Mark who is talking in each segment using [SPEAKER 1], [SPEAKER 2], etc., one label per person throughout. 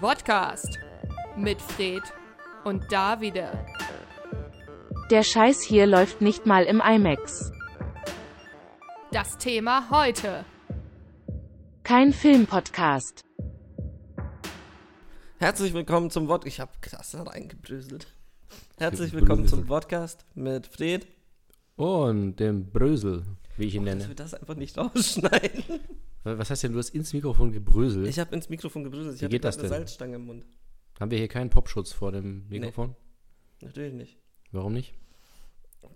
[SPEAKER 1] Podcast mit Fred und Davide.
[SPEAKER 2] Der Scheiß hier läuft nicht mal im IMAX.
[SPEAKER 1] Das Thema heute.
[SPEAKER 2] Kein Filmpodcast.
[SPEAKER 3] Herzlich willkommen zum Wort. Ich habe krass reingebröselt. Herzlich willkommen zum Podcast mit Fred.
[SPEAKER 4] Und dem Brösel, wie ich ihn
[SPEAKER 3] Dass wir
[SPEAKER 4] nenne.
[SPEAKER 3] Oh, das einfach nicht rausschneiden.
[SPEAKER 4] Wa- Was heißt denn, du hast ins Mikrofon gebröselt?
[SPEAKER 3] Ich habe ins Mikrofon gebröselt. Ich
[SPEAKER 4] Wie
[SPEAKER 3] habe
[SPEAKER 4] geht
[SPEAKER 3] gerade
[SPEAKER 4] das
[SPEAKER 3] eine
[SPEAKER 4] denn?
[SPEAKER 3] Salzstange im Mund.
[SPEAKER 4] Haben wir hier keinen Popschutz vor dem Mikrofon?
[SPEAKER 3] Natürlich nicht.
[SPEAKER 4] Warum nicht?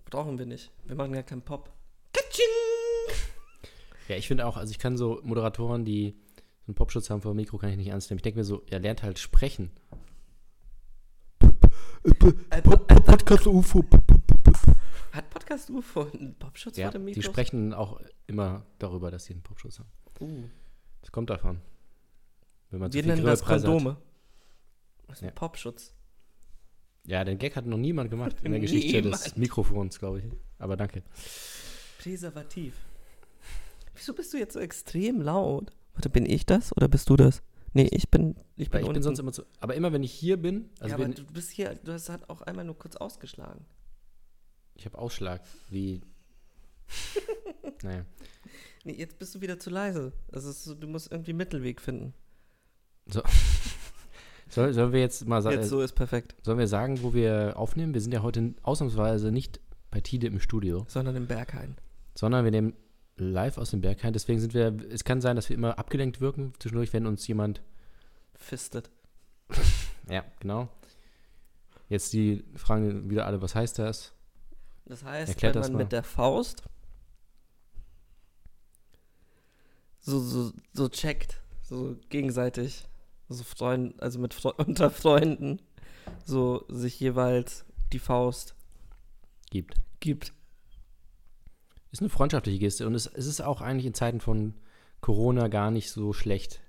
[SPEAKER 3] Brauchen wir nicht. Wir machen ja keinen Pop. Katsching!
[SPEAKER 4] Ja, ich finde auch, also ich kann so Moderatoren, die so einen Popschutz haben vor dem Mikro, kann ich nicht ernst nehmen. Ich denke mir so, er lernt halt sprechen.
[SPEAKER 5] Podcast UFO.
[SPEAKER 3] Hat Podcast UFO einen Popschutz
[SPEAKER 4] Ja,
[SPEAKER 3] vor dem Mikro?
[SPEAKER 4] die sprechen auch immer darüber, dass sie einen Popschutz haben.
[SPEAKER 3] Uh,
[SPEAKER 4] Das kommt davon. Wenn man zu
[SPEAKER 3] wir
[SPEAKER 4] viel
[SPEAKER 3] nennen das
[SPEAKER 4] Grillpreise hat.
[SPEAKER 3] Kondome. Das ist ein
[SPEAKER 4] Ja.
[SPEAKER 3] Popschutz.
[SPEAKER 4] Ja, den Gag hat noch niemand gemacht in der Geschichte des
[SPEAKER 3] Niemand.
[SPEAKER 4] Mikrofons, glaube ich. Aber danke.
[SPEAKER 3] Präservativ. Wieso bist du jetzt so extrem laut? Warte, bin ich das oder bist du das? Nee, ich bin. Ich bin,
[SPEAKER 4] Weil ich bin
[SPEAKER 3] unten.
[SPEAKER 4] sonst immer zu. Aber immer wenn ich hier bin, also
[SPEAKER 3] ja, aber
[SPEAKER 4] wenn,
[SPEAKER 3] du bist hier, du hast halt auch einmal nur kurz ausgeschlagen.
[SPEAKER 4] Ich habe Ausschlag, wie. naja.
[SPEAKER 3] Nee, jetzt bist du wieder zu leise. Das ist so, du musst irgendwie einen Mittelweg finden.
[SPEAKER 4] Soll, sollen wir jetzt mal sa
[SPEAKER 3] jetzt so ist perfekt.
[SPEAKER 4] sollen wir sagen, wo wir aufnehmen? Wir sind ja heute ausnahmsweise nicht bei Tide im Studio,
[SPEAKER 3] Sondern im Berghain.
[SPEAKER 4] sondern wir nehmen live aus dem Berghain. Deswegen sind wir. Es kann sein, dass wir immer abgelenkt wirken zwischendurch, wenn uns jemand.
[SPEAKER 3] Fistet.
[SPEAKER 4] Ja, genau. Jetzt die fragen wieder alle, was heißt das?
[SPEAKER 3] Das heißt,
[SPEAKER 4] Erklärt
[SPEAKER 3] wenn
[SPEAKER 4] das
[SPEAKER 3] man
[SPEAKER 4] mal.
[SPEAKER 3] mit der Faust so, so, so checkt, so gegenseitig, so Freund, also mit Fre unter Freunden, so sich jeweils die Faust
[SPEAKER 4] Gibt.
[SPEAKER 3] gibt.
[SPEAKER 4] Ist eine freundschaftliche Geste und es, es ist auch eigentlich in Zeiten von Corona gar nicht so schlecht.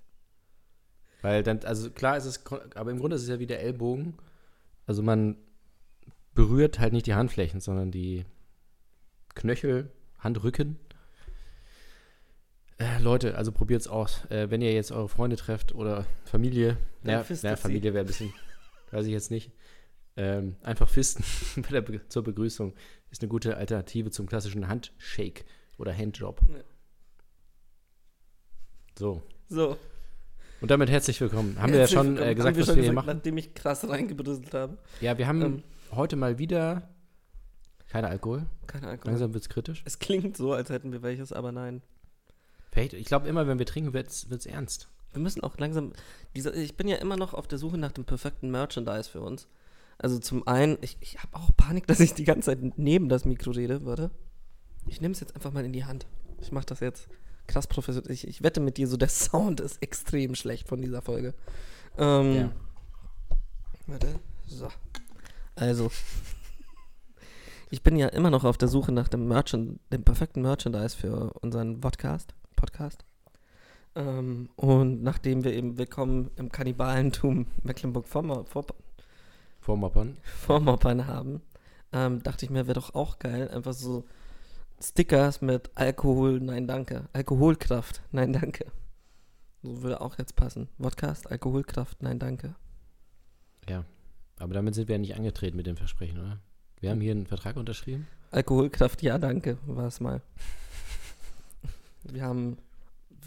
[SPEAKER 4] Weil dann, also klar ist es, kon- aber im Grunde ist es ja wie der Ellbogen. Also man berührt halt nicht die Handflächen, sondern die Knöchel, Handrücken. Äh, Leute, also probiert's aus. Äh, wenn ihr jetzt eure Freunde trefft oder Familie,
[SPEAKER 3] Dann
[SPEAKER 4] na,
[SPEAKER 3] fistet
[SPEAKER 4] na,
[SPEAKER 3] sie.
[SPEAKER 4] Familie wäre ein bisschen, weiß ich jetzt nicht. Ähm, einfach fisten bei der, Be- zur Begrüßung ist eine gute Alternative zum klassischen Handshake oder Handjob.
[SPEAKER 3] Ja.
[SPEAKER 4] So.
[SPEAKER 3] So.
[SPEAKER 4] Und damit herzlich willkommen. Haben wir ja
[SPEAKER 3] Herzlich
[SPEAKER 4] schon
[SPEAKER 3] willkommen.
[SPEAKER 4] äh, gesagt,
[SPEAKER 3] Haben
[SPEAKER 4] was
[SPEAKER 3] schon
[SPEAKER 4] wir hier
[SPEAKER 3] gesagt,
[SPEAKER 4] machen?
[SPEAKER 3] Nachdem ich krass reingebrüsselt habe.
[SPEAKER 4] Ja, wir haben
[SPEAKER 3] Ähm.
[SPEAKER 4] heute mal wieder kein Alkohol.
[SPEAKER 3] Keine Ahnung.
[SPEAKER 4] Langsam wird's kritisch.
[SPEAKER 3] Es klingt so, als hätten wir welches, aber nein.
[SPEAKER 4] Vielleicht, ich glaube, immer wenn wir trinken, wird's, wird's ernst.
[SPEAKER 3] Wir müssen auch langsam. Dieser, ich bin ja immer noch auf der Suche nach dem perfekten Merchandise für uns. Also zum einen, ich, ich habe auch Panik, dass ich die ganze Zeit neben das Mikro rede. Warte. Ich nehme es jetzt einfach mal in die Hand. Ich mache das jetzt krass professionell. Ich, ich wette mit dir, so der Sound ist extrem schlecht von dieser Folge. Ähm,
[SPEAKER 4] Ja.
[SPEAKER 3] Warte. So. Also. Ich bin ja immer noch auf der Suche nach dem, Merchan dem perfekten Merchandise für unseren Podcast. Podcast. Ähm, und nachdem wir eben Willkommen im Kannibalentum Mecklenburg-Vorpommern
[SPEAKER 4] Vormoppern.
[SPEAKER 3] haben, ähm, dachte ich mir, wäre doch auch geil, einfach so Stickers mit Alkohol, nein danke. Alkoholkraft, nein danke. So würde auch jetzt passen. Podcast, Alkoholkraft, nein danke.
[SPEAKER 4] Ja. Aber damit sind wir ja nicht angetreten mit dem Versprechen, oder? Wir haben hier einen Vertrag unterschrieben.
[SPEAKER 3] Alkoholkraft, ja, danke, war es mal. Wir haben,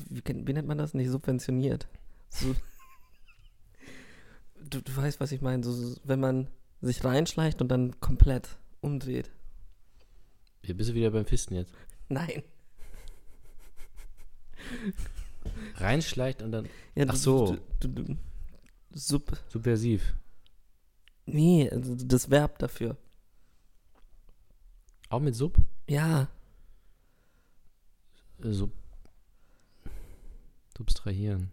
[SPEAKER 3] wie, ken- wie nennt man das? Nicht subventioniert. So, du, du weißt, was ich meine. So, so, wenn man sich reinschleicht und dann komplett umdreht.
[SPEAKER 4] Hier bist du wieder beim Fisten jetzt.
[SPEAKER 3] Nein.
[SPEAKER 4] Reinschleicht und dann
[SPEAKER 3] Ja,
[SPEAKER 4] Ach so.
[SPEAKER 3] Du, du, du, sub,
[SPEAKER 4] subversiv.
[SPEAKER 3] nee, also das Verb dafür.
[SPEAKER 4] Auch mit Sub? Äh,
[SPEAKER 3] Ja,
[SPEAKER 4] Sub. Substrahieren.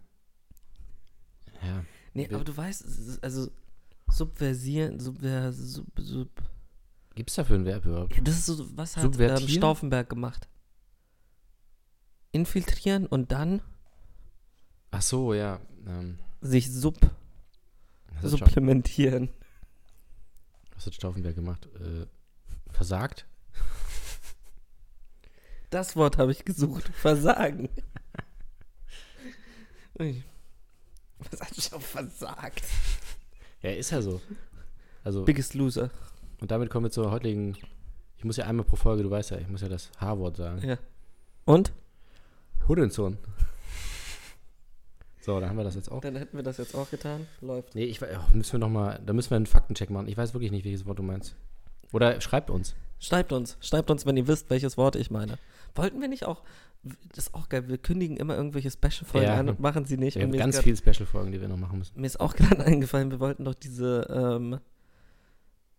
[SPEAKER 4] Ja.
[SPEAKER 3] nee,
[SPEAKER 4] Wer-
[SPEAKER 3] aber du weißt, es ist- also subversieren, subver, sub, sub.
[SPEAKER 4] Gibt's dafür ein Verb überhaupt?
[SPEAKER 3] Ja, das ist so, was hat ähm,
[SPEAKER 4] Subvertieren?
[SPEAKER 3] Stauffenberg gemacht? Infiltrieren und dann
[SPEAKER 4] Ach so, ja. Ähm,
[SPEAKER 3] sich sub
[SPEAKER 4] was, hat Stau-
[SPEAKER 3] supplementieren.
[SPEAKER 4] was hat Stauffenberg gemacht? Äh, versagt?
[SPEAKER 3] Das Wort habe ich gesucht. Versagen. Ui. Was hat schon versagt?
[SPEAKER 4] Ja, ist ja so. Also,
[SPEAKER 3] Biggest Loser.
[SPEAKER 4] und damit kommen wir zur heutigen. Ich muss ja einmal pro Folge, du weißt ja, ich muss ja das H-Wort sagen.
[SPEAKER 3] Ja. Und?
[SPEAKER 4] Hurensohn. So, dann haben wir das jetzt auch.
[SPEAKER 3] Dann hätten wir das jetzt auch getan. Läuft.
[SPEAKER 4] Nee, ich wei- oh, müssen wir noch mal, da müssen wir einen Faktencheck machen. Ich weiß wirklich nicht, welches Wort du meinst. Oder schreibt uns.
[SPEAKER 3] Schreibt uns. Schreibt uns, wenn ihr wisst, welches Wort ich meine. Wollten wir nicht auch. Das ist auch geil. Wir kündigen immer irgendwelche Special-Folgen
[SPEAKER 4] Ja.
[SPEAKER 3] an und machen sie nicht. um
[SPEAKER 4] Wir
[SPEAKER 3] und
[SPEAKER 4] haben
[SPEAKER 3] mir,
[SPEAKER 4] ganz
[SPEAKER 3] ist grad,
[SPEAKER 4] viele Special-Folgen, die wir noch machen müssen.
[SPEAKER 3] mir ist auch gerade eingefallen, wir wollten doch diese ähm,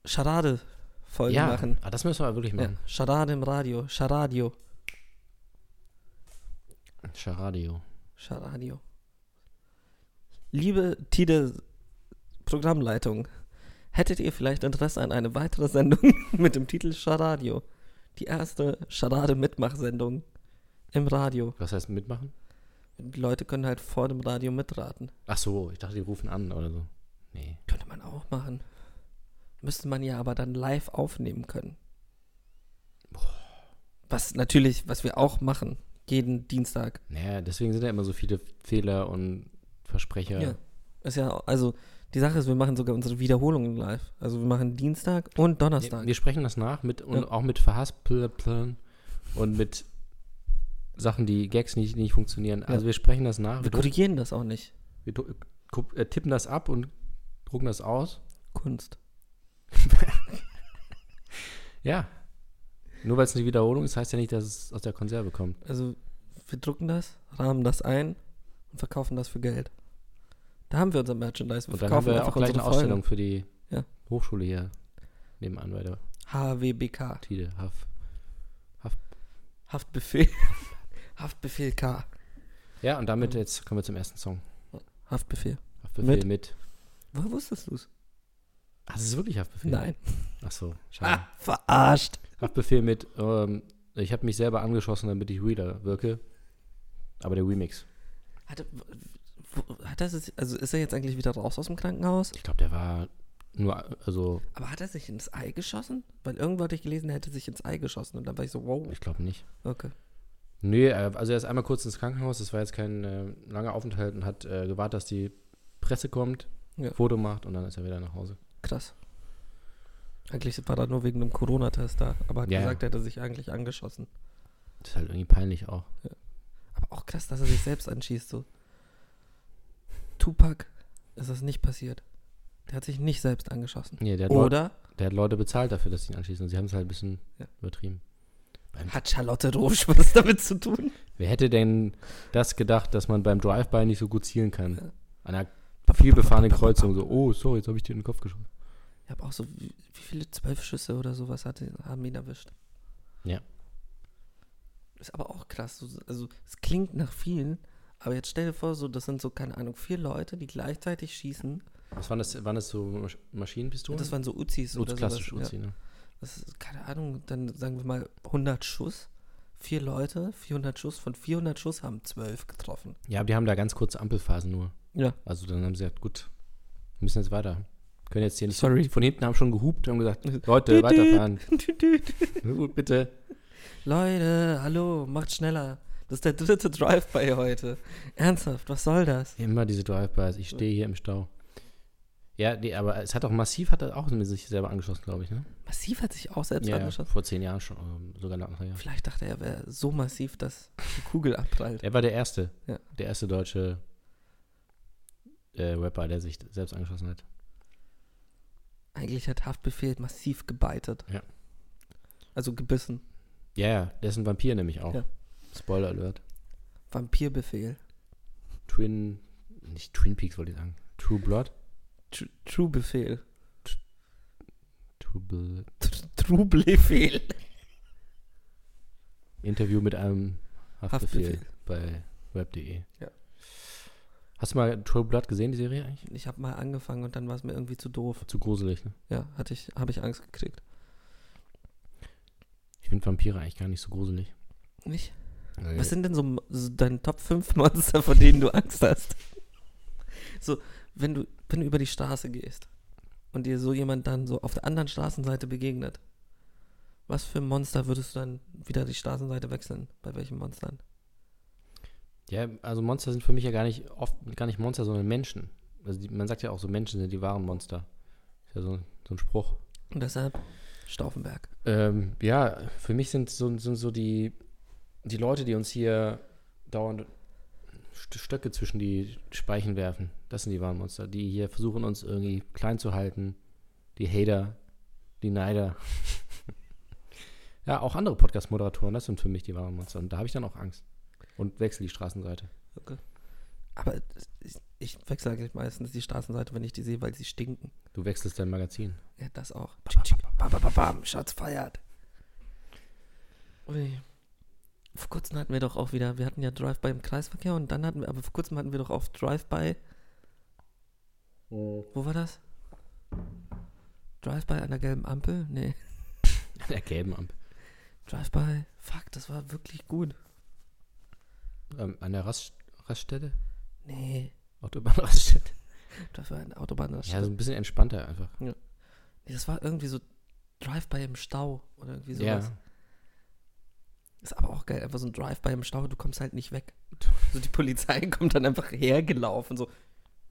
[SPEAKER 3] Charade-Folge
[SPEAKER 4] ja,
[SPEAKER 3] machen.
[SPEAKER 4] ah, das müssen wir wirklich
[SPEAKER 3] Ja.
[SPEAKER 4] machen.
[SPEAKER 3] Charade im Radio. Charadio.
[SPEAKER 4] Charadio.
[SPEAKER 3] Charadio. Liebe Tide Programmleitung, hättet ihr vielleicht Interesse an eine weitere Sendung mit dem Titel Charadio? Die erste Charade-Mitmachsendung im Radio.
[SPEAKER 4] Was heißt mitmachen?
[SPEAKER 3] Die Leute können halt vor dem Radio mitraten.
[SPEAKER 4] Ach so, ich dachte, die rufen an oder so. Nee.
[SPEAKER 3] Könnte man auch machen. Müsste man ja aber dann live aufnehmen können. Was natürlich, was wir auch machen, jeden Dienstag.
[SPEAKER 4] Naja, deswegen sind ja immer so viele Fehler und Versprecher.
[SPEAKER 3] Ja. Ist ja, also die Sache ist, wir machen sogar unsere Wiederholungen live. Also wir machen Dienstag und Donnerstag.
[SPEAKER 4] Wir, wir sprechen das nach mit und
[SPEAKER 3] Ja.
[SPEAKER 4] auch mit Verhaspeln und mit Sachen, die Gags nicht, nicht funktionieren. Also wir sprechen das nach.
[SPEAKER 3] wir korrigieren das auch nicht.
[SPEAKER 4] Wir dru- kup- äh, tippen das ab und drucken das aus.
[SPEAKER 3] Kunst.
[SPEAKER 4] Ja. Nur weil es eine Wiederholung ist, heißt ja nicht, dass es aus der Konserve kommt.
[SPEAKER 3] Also wir drucken das, rahmen das ein und verkaufen das für Geld. Da haben wir unser Merchandise. Wir
[SPEAKER 4] Und dann haben wir auch gleich eine Ausstellung für die
[SPEAKER 3] Ja.
[SPEAKER 4] Hochschule hier nebenan bei der
[SPEAKER 3] HWBK.
[SPEAKER 4] Tide. Haff.
[SPEAKER 3] Haftbefehl. Haftbefehl K.
[SPEAKER 4] Ja, und damit jetzt kommen wir zum ersten Song.
[SPEAKER 3] Haftbefehl.
[SPEAKER 4] Haftbefehl mit.
[SPEAKER 3] Mit? Woher wusstest du's?
[SPEAKER 4] Ach, das ist wirklich Haftbefehl?
[SPEAKER 3] Nein.
[SPEAKER 4] Ach so, schade.
[SPEAKER 3] Ah, verarscht.
[SPEAKER 4] Haftbefehl mit, ähm, ich habe mich selber angeschossen, damit ich Reader wirke. Aber der Remix.
[SPEAKER 3] Hat, wo- hat er sich, also ist er jetzt eigentlich wieder raus aus dem Krankenhaus?
[SPEAKER 4] Ich glaube, der war nur, also,
[SPEAKER 3] Aber hat er sich ins Ei geschossen? Weil irgendwo hatte ich gelesen, er hätte sich ins Ei geschossen. Und dann war ich so, wow.
[SPEAKER 4] ich glaube nicht.
[SPEAKER 3] Okay.
[SPEAKER 4] Nee, äh, also er ist einmal kurz ins Krankenhaus, das war jetzt kein äh, langer Aufenthalt und hat äh, gewartet, dass die Presse kommt,
[SPEAKER 3] Ja.
[SPEAKER 4] Foto macht und dann ist er wieder nach Hause.
[SPEAKER 3] Krass. Eigentlich war er nur wegen einem Corona-Test da. Aber hat
[SPEAKER 4] Ja,
[SPEAKER 3] gesagt,
[SPEAKER 4] ja.
[SPEAKER 3] er hätte sich eigentlich angeschossen.
[SPEAKER 4] Das ist halt irgendwie peinlich auch.
[SPEAKER 3] Aber auch krass, dass er sich selbst anschießt. So. Tupac ist das nicht passiert. Der hat sich nicht selbst angeschossen.
[SPEAKER 4] Nee, der hat, Leute,
[SPEAKER 3] Oder
[SPEAKER 4] der hat Leute bezahlt dafür, dass sie ihn anschließen und sie haben es halt ein bisschen
[SPEAKER 3] Ja.
[SPEAKER 4] übertrieben.
[SPEAKER 3] hat Charlotte Roche was damit zu tun?
[SPEAKER 4] Wer hätte denn das gedacht, dass man beim Drive-By nicht so gut zielen kann?
[SPEAKER 3] Ja.
[SPEAKER 4] An einer vielbefahrenen Kreuzung so, oh, sorry, jetzt habe ich dir in den Kopf geschossen.
[SPEAKER 3] Ich habe auch so, wie, wie viele zwölf Schüsse oder sowas hatte, haben ihn erwischt.
[SPEAKER 4] Ja.
[SPEAKER 3] Ist aber auch krass. So, also, es klingt nach vielen, aber jetzt stell dir vor, so, das sind so, keine Ahnung, vier Leute, die gleichzeitig schießen.
[SPEAKER 4] Was waren das, waren das so Masch- Maschinenpistolen?
[SPEAKER 3] Das waren so Uzis
[SPEAKER 4] Uzi,
[SPEAKER 3] oder sowas.
[SPEAKER 4] klassisch Uzi,
[SPEAKER 3] Ja.
[SPEAKER 4] ne?
[SPEAKER 3] Das ist, keine Ahnung, dann sagen wir mal 100 Schuss. Vier Leute, 400 Schuss. Von 400 Schuss haben zwölf getroffen.
[SPEAKER 4] Ja, aber die haben da ganz kurze Ampelphasen nur.
[SPEAKER 3] Ja.
[SPEAKER 4] Also dann haben sie gesagt, gut, wir müssen jetzt weiter. Können jetzt hier nicht.
[SPEAKER 3] Sorry.
[SPEAKER 4] Von hinten haben schon gehupt und haben gesagt,
[SPEAKER 3] Düt,
[SPEAKER 4] Leute,
[SPEAKER 3] düt.
[SPEAKER 4] weiterfahren. Gut, bitte.
[SPEAKER 3] Leute, hallo, macht schneller. Das ist der dritte Drive-By heute. Ernsthaft, was soll das?
[SPEAKER 4] Immer diese Drive-Bys. Ich stehe hier im Stau. Ja, nee, aber es hat auch massiv, hat er auch mit sich selber angeschossen, glaube ich, ne?
[SPEAKER 3] Massiv hat sich auch selbst
[SPEAKER 4] Ja,
[SPEAKER 3] angeschossen.
[SPEAKER 4] vor zehn Jahren schon, ähm, sogar noch nachher.
[SPEAKER 3] Vielleicht dachte er, er wäre so massiv, dass die Kugel abprallt.
[SPEAKER 4] Er war der erste,
[SPEAKER 3] Ja.
[SPEAKER 4] der erste deutsche äh, Rapper, der sich selbst angeschossen hat.
[SPEAKER 3] Eigentlich hat Haftbefehl massiv gebeitet.
[SPEAKER 4] Ja.
[SPEAKER 3] Also gebissen.
[SPEAKER 4] Ja, ja, der ist ein Vampir nämlich auch.
[SPEAKER 3] Ja.
[SPEAKER 4] Spoiler Alert.
[SPEAKER 3] Vampirbefehl.
[SPEAKER 4] Twin, nicht Twin Peaks wollte ich sagen. True Blood?
[SPEAKER 3] Tr- True-Befehl.
[SPEAKER 4] True Blood.
[SPEAKER 3] Tr- Trublefehl.
[SPEAKER 4] Interview mit einem Haftbefehl,
[SPEAKER 3] Haftbefehl.
[SPEAKER 4] bei web.de.
[SPEAKER 3] Ja.
[SPEAKER 4] Hast du mal True Blood gesehen, die Serie eigentlich?
[SPEAKER 3] Ich habe mal angefangen und dann war es mir irgendwie zu doof.
[SPEAKER 4] Zu gruselig, ne?
[SPEAKER 3] Ja, hatte ich, habe ich Angst gekriegt.
[SPEAKER 4] Ich finde Vampire eigentlich gar nicht so gruselig.
[SPEAKER 3] Nicht?
[SPEAKER 4] Nee.
[SPEAKER 3] Was sind denn so, so deine Top 5 Monster, vor denen du Angst hast? So, wenn du, wenn du über die Straße gehst und dir so jemand dann so auf der anderen Straßenseite begegnet, was für ein Monster würdest du dann wieder die Straßenseite wechseln? Bei welchen Monstern?
[SPEAKER 4] Ja, also Monster sind für mich ja gar nicht oft gar nicht Monster, sondern Menschen. Also die, man sagt ja auch so, Menschen sind die wahren Monster. Ist ja so, so ein Spruch.
[SPEAKER 3] Und deshalb Stauffenberg.
[SPEAKER 4] Ähm, ja, für mich sind so, sind so die, die Leute, die uns hier dauernd St- Stöcke zwischen die Speichen werfen. Das sind die wahren Monster, die hier versuchen, uns irgendwie klein zu halten. Die Hater, die Neider. ja, auch andere Podcast-Moderatoren, das sind für mich die wahren Monster. Und da habe ich dann auch Angst. Und wechsle die Straßenseite.
[SPEAKER 3] Aber ich, ich wechsle eigentlich meistens die Straßenseite, wenn ich die sehe, weil sie stinken.
[SPEAKER 4] Du wechselst dein Magazin.
[SPEAKER 3] Ja, das auch. Tschick, tschick, bam, bam, bam, bam, Schatz feiert. Ui. Vor kurzem hatten wir doch auch wieder, wir hatten ja Drive-By im Kreisverkehr und dann hatten wir, aber vor kurzem hatten wir doch auch Drive-By. Wo war das? Drive-By an der gelben Ampel? Nee.
[SPEAKER 4] An der gelben Ampel.
[SPEAKER 3] Drive-By. Fuck, das war wirklich gut.
[SPEAKER 4] Ähm, an der Rast Raststätte?
[SPEAKER 3] Nee.
[SPEAKER 4] Autobahnraststätte.
[SPEAKER 3] Drive-By an der Autobahn. Das,
[SPEAKER 4] Ja, so ein bisschen entspannter einfach.
[SPEAKER 3] nee, das war irgendwie so Drive-By im Stau oder irgendwie sowas.
[SPEAKER 4] Ja.
[SPEAKER 3] Ist aber auch geil, einfach so ein Drive-by im Stau, du kommst halt nicht weg. So die Polizei kommt dann einfach hergelaufen, so,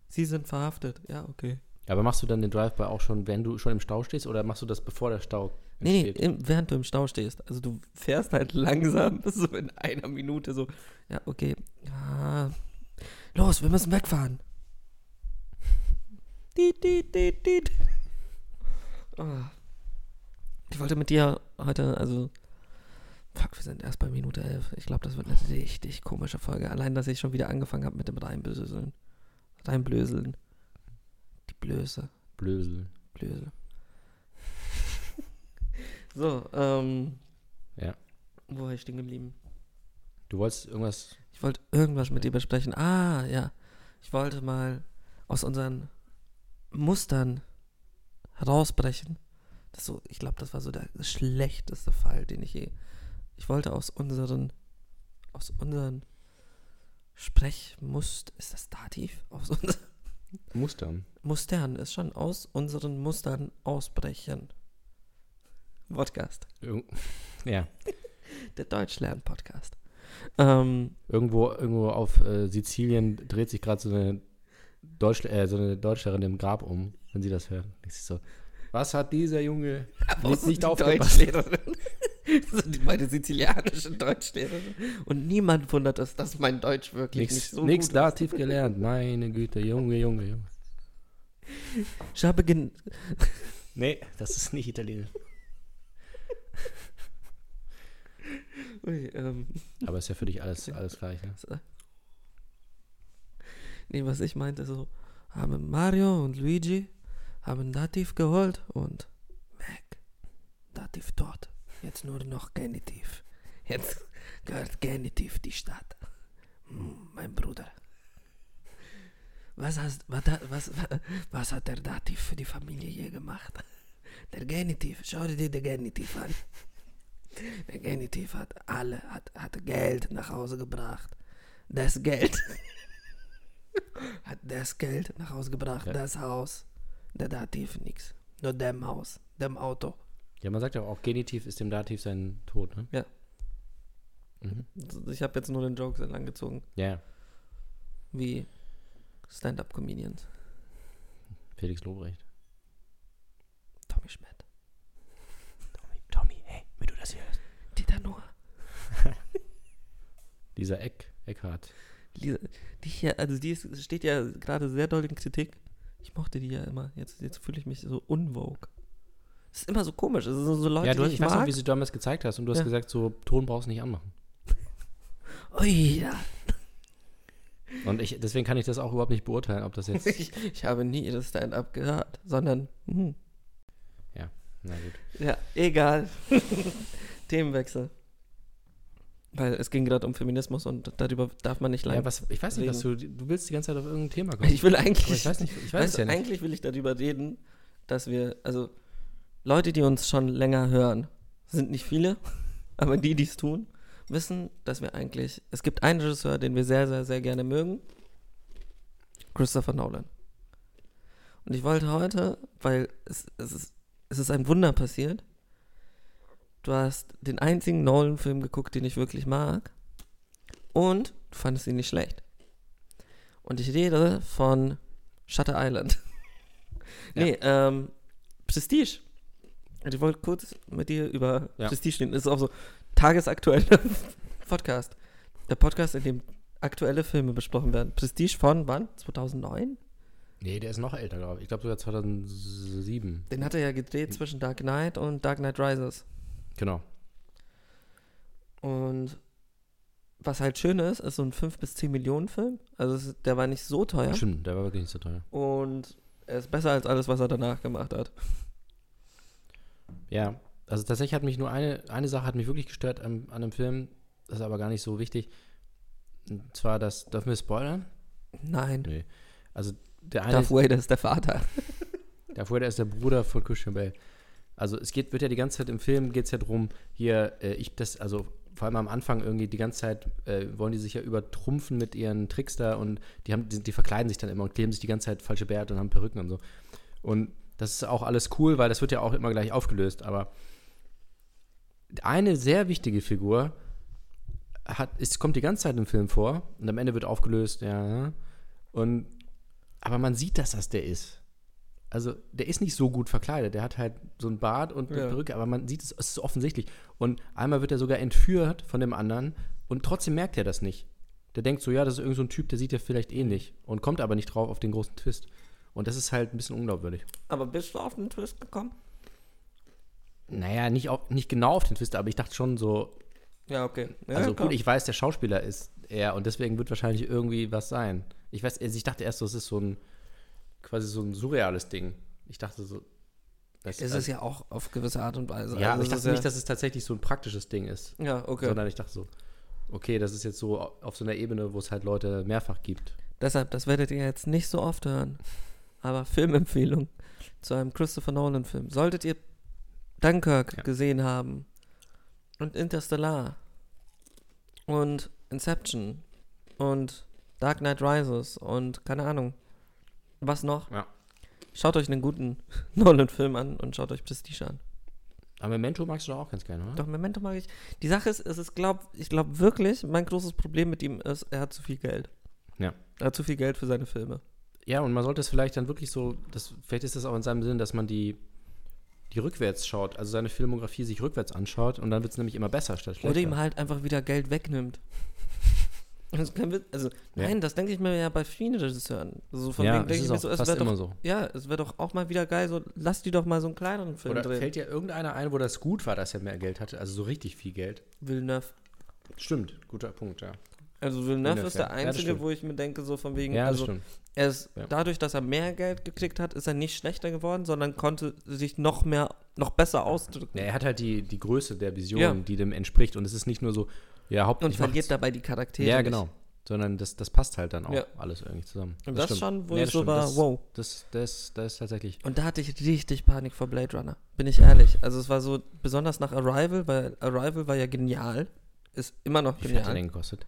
[SPEAKER 3] sie sind verhaftet. Ja, okay.
[SPEAKER 4] Aber machst du dann den Drive-By auch schon, wenn du schon im Stau stehst oder machst du das bevor der Stau
[SPEAKER 3] Nee, nee,
[SPEAKER 4] entsteht?
[SPEAKER 3] im, während du im Stau stehst. Also du fährst halt langsam, so in einer Minute so, ja, okay. Ja. Los, wir müssen wegfahren. Diet, diet, diet, diet. Oh. Ich wollte mit dir heute, also, fuck, wir sind erst bei Minute 11. Ich glaube, das wird eine richtig komische Folge. Allein, dass ich schon wieder angefangen habe mit dem Reinblöseln. Reinblöseln. Die Blöße.
[SPEAKER 4] Blösel.
[SPEAKER 3] Blöse. so, ähm.
[SPEAKER 4] Ja.
[SPEAKER 3] Wo war ich stehen geblieben?
[SPEAKER 4] Du wolltest irgendwas.
[SPEAKER 3] Ich wollte irgendwas mit dir besprechen. Ah, ja. Ich wollte mal aus unseren Mustern herausbrechen. Das so, ich glaube, das war so der schlechteste Fall, den ich je. Ich wollte aus unseren, aus unseren Sprechmust, ist das Dativ? Aus unseren
[SPEAKER 4] Mustern.
[SPEAKER 3] Mustern ist schon aus unseren Mustern ausbrechen. Podcast.
[SPEAKER 4] Irg ja.
[SPEAKER 3] Der Deutschlern-Podcast. Ähm,
[SPEAKER 4] Irgendwo, irgendwo auf äh, Sizilien dreht sich gerade so eine Deutsch äh, so eine Deutschlerin im Grab um, wenn sie das hört. Denkt sich so, was hat dieser Junge nicht, nicht
[SPEAKER 3] die
[SPEAKER 4] aufgepasst?
[SPEAKER 3] Deutschlehrerin. Das sind meine sizilianische Deutschlehrerin. Und niemand wundert es, dass mein Deutsch wirklich nicht
[SPEAKER 4] Nix,
[SPEAKER 3] so
[SPEAKER 4] nix
[SPEAKER 3] gut ist.
[SPEAKER 4] Dativ gelernt. Meine Güte, Junge, Junge, Junge.
[SPEAKER 3] Ich habe gen
[SPEAKER 4] Nee, das ist nicht italienisch.
[SPEAKER 3] Ui, ähm,
[SPEAKER 4] Aber ist ja für dich alles, alles gleich, ne?
[SPEAKER 3] nee, was ich meinte, so, haben Mario und Luigi haben Dativ geholt und weg. Dativ dort. Jetzt nur noch Genitiv. Jetzt gehört Genitiv die Stadt. Hm, mein Bruder. Was, hast, was, hat- was, was hat der Dativ für die Familie je gemacht? Der Genitiv, schau dir den Genitiv an. Der Genitiv hat alle, hat, hat Geld nach Hause gebracht. Das Geld hat das Geld nach Hause gebracht,
[SPEAKER 4] Ja.
[SPEAKER 3] das Haus. Der Dativ nix. Nur dem Haus, dem Auto.
[SPEAKER 4] Ja, man sagt ja auch, Genitiv ist dem Dativ sein Tod, ne?
[SPEAKER 3] Ja.
[SPEAKER 4] Mhm.
[SPEAKER 3] Ich habe jetzt nur den Jokes entlang gezogen,
[SPEAKER 4] Ja, ja.
[SPEAKER 3] wie Stand-Up-Comedians.
[SPEAKER 4] Felix Lobrecht.
[SPEAKER 3] Tommy Schmidt.
[SPEAKER 4] Tommy, Tommy, hey, wenn du das hörst.
[SPEAKER 3] Dieter Noah.
[SPEAKER 4] Lisa Eck, Eckhart.
[SPEAKER 3] Die, die hier, also die ist, steht ja gerade sehr doll in Kritik. Ich mochte die ja immer. Jetzt, jetzt fühle ich mich so unvogue. Es ist immer so komisch. Es sind so Leute,
[SPEAKER 4] ja, du,
[SPEAKER 3] die
[SPEAKER 4] ich
[SPEAKER 3] ich
[SPEAKER 4] weiß noch,
[SPEAKER 3] mag.
[SPEAKER 4] wie du damals gezeigt hast und du hast
[SPEAKER 3] Ja.
[SPEAKER 4] gesagt, so Ton brauchst du nicht anmachen.
[SPEAKER 3] Ui, ja.
[SPEAKER 4] Und ich, deswegen kann ich das auch überhaupt nicht beurteilen, ob das jetzt.
[SPEAKER 3] Ich, ich habe nie ihre Stand-up gehört, sondern hm,
[SPEAKER 4] Na gut.
[SPEAKER 3] ja, egal. Themenwechsel. Weil es ging gerade um Feminismus und darüber darf man nicht
[SPEAKER 4] Ja,
[SPEAKER 3] lange.
[SPEAKER 4] was, ich weiß nicht, was du. Du willst die ganze Zeit auf irgendein Thema kommen.
[SPEAKER 3] ich will
[SPEAKER 4] aber
[SPEAKER 3] eigentlich
[SPEAKER 4] ich weiß nicht, ich weiß
[SPEAKER 3] Weißt
[SPEAKER 4] es ja
[SPEAKER 3] du,
[SPEAKER 4] nicht.
[SPEAKER 3] eigentlich will ich darüber reden, dass wir, also Leute, die uns schon länger hören, sind nicht viele, aber die, die es tun, wissen, dass wir eigentlich, es gibt einen Regisseur, den wir sehr, sehr, sehr gerne mögen, Christopher Nolan. Und ich wollte heute, weil es, es, ist, es ist ein Wunder passiert, du hast den einzigen Nolan-Film geguckt, den ich wirklich mag und Du fandest ihn nicht schlecht. Und ich rede von Shutter Island. nee, ähm, Prestige. Und ich wollte kurz mit dir über
[SPEAKER 4] Ja.
[SPEAKER 3] Prestige reden. Das ist auch so tagesaktueller Podcast. Der Podcast, in dem aktuelle Filme besprochen werden. Prestige von wann? 2009?
[SPEAKER 4] Nee, der ist noch älter, glaube ich. Ich glaube sogar 2007.
[SPEAKER 3] Den hat er ja gedreht zwischen Dark Knight und Dark Knight Rises.
[SPEAKER 4] Genau.
[SPEAKER 3] Und was halt schön ist, ist so ein 5 bis 10 Millionen Film. Also es, ist- der war nicht so teuer.
[SPEAKER 4] Stimmt, der war wirklich nicht so teuer.
[SPEAKER 3] Und er ist besser als alles, was er danach gemacht hat.
[SPEAKER 4] Ja, also tatsächlich hat mich nur eine, eine Sache hat mich wirklich gestört an, an dem Film. Das ist aber gar nicht so wichtig. Und zwar das, dürfen wir spoilern?
[SPEAKER 3] Nein.
[SPEAKER 4] Nee. Also der eine,
[SPEAKER 3] Darth Vader ist der Vater.
[SPEAKER 4] der vorher ist der Bruder von Christian Bale. Also es geht, wird ja die ganze Zeit im Film geht es ja drum, hier, äh, ich das, also vor allem am Anfang irgendwie die ganze Zeit äh, wollen die sich ja übertrumpfen mit ihren Trickster und die haben, die, die verkleiden sich dann immer und kleben sich die ganze Zeit falsche Bärte und haben Perücken und so. Und das ist auch alles cool, weil das wird ja auch immer gleich aufgelöst, aber eine sehr wichtige Figur hat, es kommt die ganze Zeit im Film vor und am Ende wird aufgelöst, ja. Und aber man sieht, dass das der ist. Also, der ist nicht so gut verkleidet. Der hat halt so einen Bart und eine
[SPEAKER 3] Ja.
[SPEAKER 4] Perücke, aber man sieht es, es ist offensichtlich. Und einmal wird er sogar entführt von dem anderen und trotzdem merkt er das nicht. Der denkt so, ja, das ist irgend so ein Typ, der sieht ja vielleicht ähnlich und kommt aber nicht drauf auf den großen Twist. Und das ist halt ein bisschen unglaubwürdig.
[SPEAKER 3] Aber bist du auf den Twist gekommen?
[SPEAKER 4] Naja, nicht, auf, nicht genau auf den Twist, aber ich dachte schon so,
[SPEAKER 3] Ja, okay. Ja,
[SPEAKER 4] Also
[SPEAKER 3] klar.
[SPEAKER 4] gut, ich weiß, der Schauspieler ist er und deswegen wird wahrscheinlich irgendwie was sein. Ich weiß, also ich dachte erst, so, es ist so ein quasi so ein surreales Ding. Ich dachte so. Das, also,
[SPEAKER 3] Es ist ja auch auf gewisse Art und Weise.
[SPEAKER 4] ja, aber
[SPEAKER 3] Also
[SPEAKER 4] ich
[SPEAKER 3] es
[SPEAKER 4] dachte
[SPEAKER 3] ist ja-
[SPEAKER 4] nicht, dass es tatsächlich so ein praktisches Ding ist,
[SPEAKER 3] Ja, okay.
[SPEAKER 4] sondern ich dachte so, okay, das ist jetzt so auf so einer Ebene, wo es halt Leute mehrfach gibt.
[SPEAKER 3] Deshalb, das werdet ihr jetzt nicht so oft hören. Aber Filmempfehlung zu einem Christopher Nolan-Film. Solltet ihr Dunkirk
[SPEAKER 4] Ja.
[SPEAKER 3] gesehen haben und Interstellar und Inception und Dark Knight Rises und keine Ahnung, was noch?
[SPEAKER 4] Ja.
[SPEAKER 3] Schaut euch einen guten Nolan-Film an und schaut euch Prestige an.
[SPEAKER 4] Aber Memento magst du doch auch ganz gerne, oder?
[SPEAKER 3] Doch, Memento mag ich. Die Sache ist, es ist glaub, ich glaube wirklich, mein großes Problem mit ihm ist, er hat zu viel Geld.
[SPEAKER 4] Ja.
[SPEAKER 3] Er hat zu viel Geld für seine Filme.
[SPEAKER 4] Ja, und man sollte es vielleicht dann wirklich so, das, vielleicht ist das auch in seinem Sinn, dass man die, die rückwärts schaut, also seine Filmografie sich rückwärts anschaut und dann wird es nämlich immer besser statt schlechter.
[SPEAKER 3] Oder ihm halt einfach wieder Geld wegnimmt. Das kann, wir- also,
[SPEAKER 4] Ja.
[SPEAKER 3] nein, das denke ich mir ja bei vielen Regisseuren. So von
[SPEAKER 4] ja,
[SPEAKER 3] wegen
[SPEAKER 4] das
[SPEAKER 3] denke
[SPEAKER 4] ist
[SPEAKER 3] ich mir
[SPEAKER 4] auch
[SPEAKER 3] so, es
[SPEAKER 4] fast
[SPEAKER 3] wäre doch,
[SPEAKER 4] immer so.
[SPEAKER 3] ja, es wäre doch auch mal wieder geil, so, lass die doch mal so einen kleineren Film
[SPEAKER 4] Oder
[SPEAKER 3] drehen.
[SPEAKER 4] fällt dir irgendeiner ein, wo das gut war, dass er mehr Geld hatte? Also so richtig viel Geld?
[SPEAKER 3] Villeneuve.
[SPEAKER 4] Stimmt, guter Punkt, ja.
[SPEAKER 3] Also Villeneuve,
[SPEAKER 4] Villeneuve,
[SPEAKER 3] ist der
[SPEAKER 4] ja. Ja, das
[SPEAKER 3] Einzige,
[SPEAKER 4] stimmt.
[SPEAKER 3] wo ich mir denke, so von wegen,
[SPEAKER 4] Ja, das
[SPEAKER 3] also
[SPEAKER 4] stimmt.
[SPEAKER 3] er ist,
[SPEAKER 4] Ja.
[SPEAKER 3] dadurch, dass er mehr Geld gekriegt hat, ist er nicht schlechter geworden, sondern konnte sich noch mehr, noch besser ausdrücken.
[SPEAKER 4] Ja, er hat halt die, die Größe der Vision,
[SPEAKER 3] Ja.
[SPEAKER 4] die dem entspricht. Und es ist nicht nur so, ja,
[SPEAKER 3] Und
[SPEAKER 4] hauptsächlich.
[SPEAKER 3] verliert dabei die Charaktere.
[SPEAKER 4] Ja,
[SPEAKER 3] nicht.
[SPEAKER 4] genau. Sondern das, das passt halt dann auch
[SPEAKER 3] Ja.
[SPEAKER 4] alles irgendwie zusammen.
[SPEAKER 3] Und das,
[SPEAKER 4] stimmt.
[SPEAKER 3] schon, wo
[SPEAKER 4] Ja,
[SPEAKER 3] ich
[SPEAKER 4] das
[SPEAKER 3] so
[SPEAKER 4] stimmt.
[SPEAKER 3] war,
[SPEAKER 4] das,
[SPEAKER 3] wow.
[SPEAKER 4] Das, das, das ist tatsächlich.
[SPEAKER 3] Und da hatte ich richtig Panik vor Blade Runner. Bin ich ehrlich. Also es war so, besonders nach Arrival, weil Arrival war ja genial. Ist immer noch
[SPEAKER 4] Wie viel hat der
[SPEAKER 3] genial.
[SPEAKER 4] denn gekostet?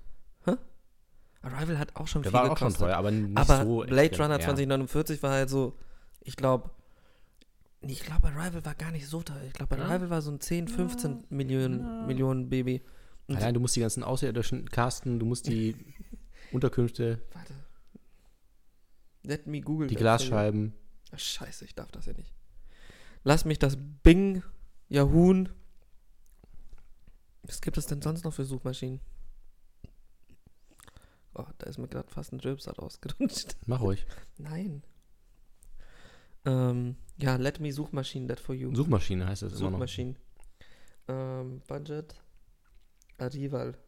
[SPEAKER 3] Arrival hat auch schon
[SPEAKER 4] Der
[SPEAKER 3] viel
[SPEAKER 4] war auch schon
[SPEAKER 3] gekostet.
[SPEAKER 4] teuer, aber nicht
[SPEAKER 3] aber
[SPEAKER 4] so.
[SPEAKER 3] Blade
[SPEAKER 4] extrem.
[SPEAKER 3] Runner
[SPEAKER 4] Ja.
[SPEAKER 3] 2049 war halt so, ich glaube, ich glaube Arrival war gar nicht so teuer. Ich glaube
[SPEAKER 4] Ja.
[SPEAKER 3] Arrival war so ein 10, 15 Millionen, Millionen Baby. Und
[SPEAKER 4] Allein du musst die ganzen Außerirdischen casten, du musst die Unterkünfte,
[SPEAKER 3] Warte. Let me Google.
[SPEAKER 4] die
[SPEAKER 3] das, Junge.
[SPEAKER 4] Glasscheiben.
[SPEAKER 3] Ach, Scheiße, ich darf das ja nicht. Lass mich das Bing, Yahoo. Was gibt es denn sonst noch für Suchmaschinen? Oh, da ist mir gerade fast ein Rülpser rausgerutscht.
[SPEAKER 4] Mach ruhig.
[SPEAKER 3] Nein. Ähm, ja, let me Suchmaschinen, that for you.
[SPEAKER 4] Suchmaschine heißt das immer noch.
[SPEAKER 3] Suchmaschinen. Ähm, Budget. Arrival.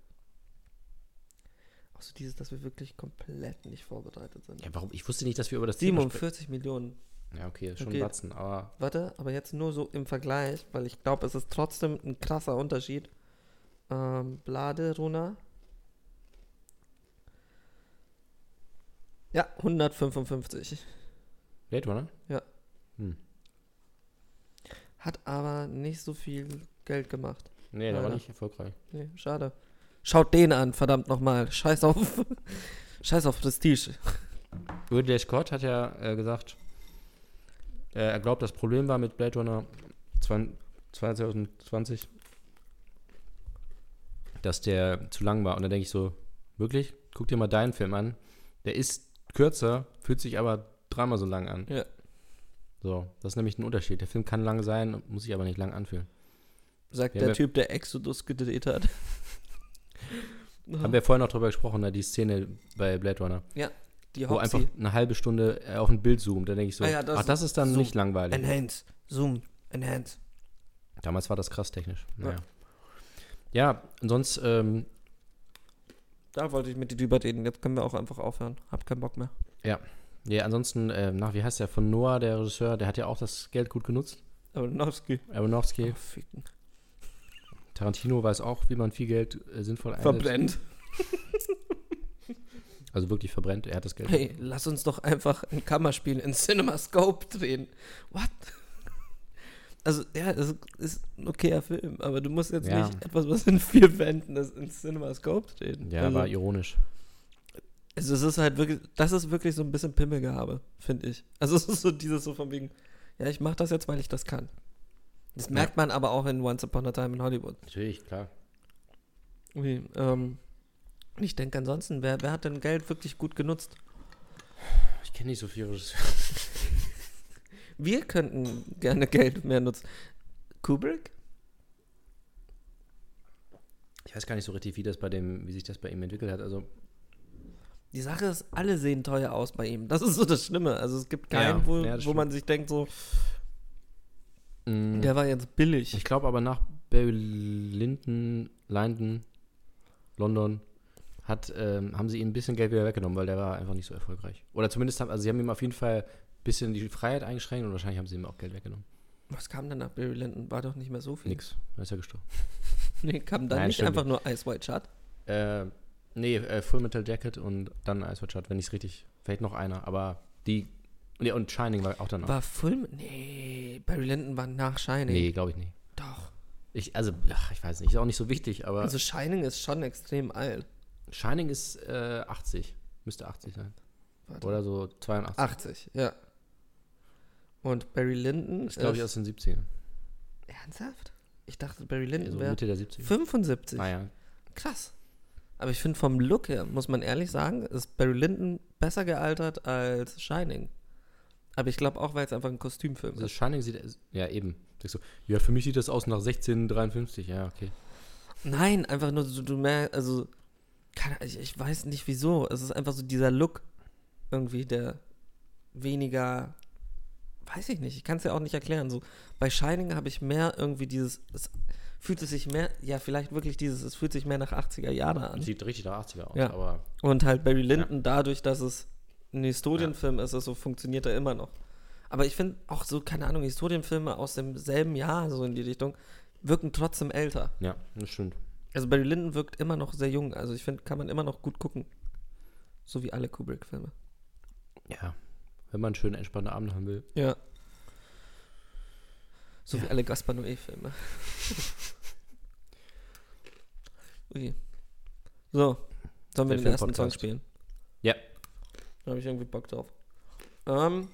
[SPEAKER 3] Auch so dieses, dass wir wirklich komplett nicht vorbereitet sind.
[SPEAKER 4] Ja, warum? Ich wusste nicht, dass wir über das Thema sprechen.
[SPEAKER 3] 47 Millionen.
[SPEAKER 4] Ja, okay, das ist schon
[SPEAKER 3] Okay.
[SPEAKER 4] ein Batzen, aber
[SPEAKER 3] Warte, aber jetzt nur so im Vergleich, weil ich glaube, es ist trotzdem ein krasser Unterschied. Ähm, Blade, Runa. Ja, 155.
[SPEAKER 4] Blade Runner?
[SPEAKER 3] Hat aber nicht so viel Geld gemacht.
[SPEAKER 4] Nee, der war
[SPEAKER 3] Leider.
[SPEAKER 4] nicht erfolgreich.
[SPEAKER 3] Nee, schade. Schaut den an, verdammt nochmal. Scheiß auf. Scheiß auf Prestige.
[SPEAKER 4] Ridley Scott hat ja äh, gesagt, äh, er glaubt, das Problem war mit Blade Runner 20- 2020, dass der zu lang war. Und da denke ich so, wirklich? Guck dir mal deinen Film an. Der ist kürzer, fühlt sich aber dreimal so lang an.
[SPEAKER 3] Ja.
[SPEAKER 4] So, das ist nämlich ein Unterschied. Der Film kann lang sein, muss sich aber nicht lang anfühlen.
[SPEAKER 3] Sagt
[SPEAKER 4] Ja,
[SPEAKER 3] der
[SPEAKER 4] wir-
[SPEAKER 3] Typ, der Exodus gedreht hat.
[SPEAKER 4] Haben wir vorhin noch drüber gesprochen, ne? die Szene bei Blade Runner,
[SPEAKER 3] Ja, die
[SPEAKER 4] wo einfach
[SPEAKER 3] Hopsi.
[SPEAKER 4] eine halbe Stunde äh, auf ein Bild zoomt. Da denke ich so,
[SPEAKER 3] Ah ja, das-
[SPEAKER 4] ach, das ist dann
[SPEAKER 3] so-
[SPEAKER 4] nicht langweilig.
[SPEAKER 3] Enhance, Zoom, Enhance.
[SPEAKER 4] Damals war das krass technisch.
[SPEAKER 3] Ja.
[SPEAKER 4] Naja. Ja, und sonst, ähm,
[SPEAKER 3] Da wollte ich mit dir drüber reden. Jetzt können wir auch einfach aufhören. Hab keinen Bock mehr.
[SPEAKER 4] ja, ansonsten, ähm, nach wie heißt der von Noah, der Regisseur, der hat ja auch das Geld gut genutzt.
[SPEAKER 3] Aronofsky.
[SPEAKER 4] Aronofsky,
[SPEAKER 3] Oh, ficken.
[SPEAKER 4] Tarantino weiß auch, wie man viel Geld äh, sinnvoll einsetzt.
[SPEAKER 3] Verbrennt.
[SPEAKER 4] Also wirklich verbrennt, er hat das Geld.
[SPEAKER 3] Hey, lass uns doch einfach ein Kammerspiel in CinemaScope drehen. What? Also, ja, es ist ein okayer Film, aber du musst jetzt
[SPEAKER 4] Ja.
[SPEAKER 3] nicht etwas, was in vier Wänden ist, in CinemaScope drehen.
[SPEAKER 4] Ja,
[SPEAKER 3] also,
[SPEAKER 4] war ironisch.
[SPEAKER 3] Also es ist halt wirklich, das ist wirklich so ein bisschen Pimmelgehabe, finde ich. Also es ist so dieses so von wegen, ja, ich mache das jetzt, weil ich das kann. Das merkt man aber auch in Once Upon a Time in Hollywood.
[SPEAKER 4] Natürlich, klar.
[SPEAKER 3] Irgendwie, ähm, ich denke ansonsten, wer, wer hat denn Geld wirklich gut genutzt?
[SPEAKER 4] Ich kenne nicht so viele Regisseure.
[SPEAKER 3] Wir könnten gerne Geld mehr nutzen. Kubrick?
[SPEAKER 4] Ich weiß gar nicht so richtig, wie das bei dem, wie sich das bei ihm entwickelt hat. Also
[SPEAKER 3] Die Sache ist, alle sehen teuer aus bei ihm. Das ist so das Schlimme. Also es gibt keinen,
[SPEAKER 4] Ja,
[SPEAKER 3] wo,
[SPEAKER 4] ja, das
[SPEAKER 3] wo man sich denkt so,
[SPEAKER 4] mh,
[SPEAKER 3] der war jetzt billig.
[SPEAKER 4] ich glaube aber nach Barry Lyndon, Lyndon, London, hat, ähm, haben sie ihm ein bisschen Geld wieder weggenommen, weil der war einfach nicht so erfolgreich. Oder zumindest haben, also sie haben ihm auf jeden Fall ein bisschen die Freiheit eingeschränkt und wahrscheinlich haben sie ihm auch Geld weggenommen.
[SPEAKER 3] Was kam dann nach Barry Lyndon? War doch nicht mehr so viel.
[SPEAKER 4] Nix. Da ist er gestorben.
[SPEAKER 3] Nee, kam dann
[SPEAKER 4] Nein,
[SPEAKER 3] nicht
[SPEAKER 4] stimmt.
[SPEAKER 3] einfach nur Ice White Shut.
[SPEAKER 4] Äh, nee, äh, Full Metal Jacket und dann Ice Watch Shot, wenn ich es richtig. Vielleicht noch einer, aber die. Nee, und Shining war auch danach.
[SPEAKER 3] War Full. Nee, Barry Lyndon war nach Shining.
[SPEAKER 4] nee, glaube ich nicht.
[SPEAKER 3] Doch.
[SPEAKER 4] Ich, also, ach, ich weiß nicht, ist auch nicht so wichtig, aber
[SPEAKER 3] Also Shining ist schon extrem alt.
[SPEAKER 4] Shining ist äh, 80. Müsste 80 sein.
[SPEAKER 3] Warte.
[SPEAKER 4] Oder so 82.
[SPEAKER 3] 80, ja. Und Barry Lyndon
[SPEAKER 4] ist, glaube ich, aus den 70ern.
[SPEAKER 3] Ernsthaft? Ich dachte, Barry
[SPEAKER 4] Also
[SPEAKER 3] Lyndon wäre
[SPEAKER 4] Mitte der Ah 70er.
[SPEAKER 3] 75.
[SPEAKER 4] Naja,
[SPEAKER 3] Krass. Aber ich finde, vom Look her, muss man ehrlich sagen, ist Barry Lyndon besser gealtert als Shining. Aber ich glaube auch, weil es einfach ein Kostümfilm
[SPEAKER 4] also
[SPEAKER 3] ist.
[SPEAKER 4] Shining sieht. Ja, eben. Sagst du, ja, für mich sieht das aus nach 1653. Ja, okay.
[SPEAKER 3] Nein, einfach nur, du, du merkst, also, keine, ich, ich weiß nicht wieso. Es ist einfach so dieser Look irgendwie, der weniger, weiß ich nicht, ich kann es ja auch nicht erklären. So, bei Shining habe ich mehr irgendwie dieses, es fühlt es sich mehr, ja, vielleicht wirklich dieses, es fühlt sich mehr nach 80er Jahre an.
[SPEAKER 4] Sieht richtig nach 80er aus,
[SPEAKER 3] Ja.
[SPEAKER 4] aber
[SPEAKER 3] Und halt Barry Lyndon, dadurch, dass es ein Historienfilm ist, ist, so funktioniert er immer noch. Aber ich finde auch so, keine Ahnung, Historienfilme aus demselben Jahr, so in die Richtung, wirken trotzdem älter.
[SPEAKER 4] ja, das stimmt.
[SPEAKER 3] Also Barry Lyndon wirkt immer noch sehr jung. Also ich finde, kann man immer noch gut gucken. So wie alle Kubrick-Filme.
[SPEAKER 4] Ja. Wenn man einen schönen, entspannten Abend haben will.
[SPEAKER 3] Ja. So wie alle Gaspar Noé-Filme. okay. So. Sollen wir
[SPEAKER 4] Der
[SPEAKER 3] den ersten Song
[SPEAKER 4] Filmpodcast.
[SPEAKER 3] spielen?
[SPEAKER 4] Ja.
[SPEAKER 3] Da habe ich irgendwie Bock drauf. Ähm,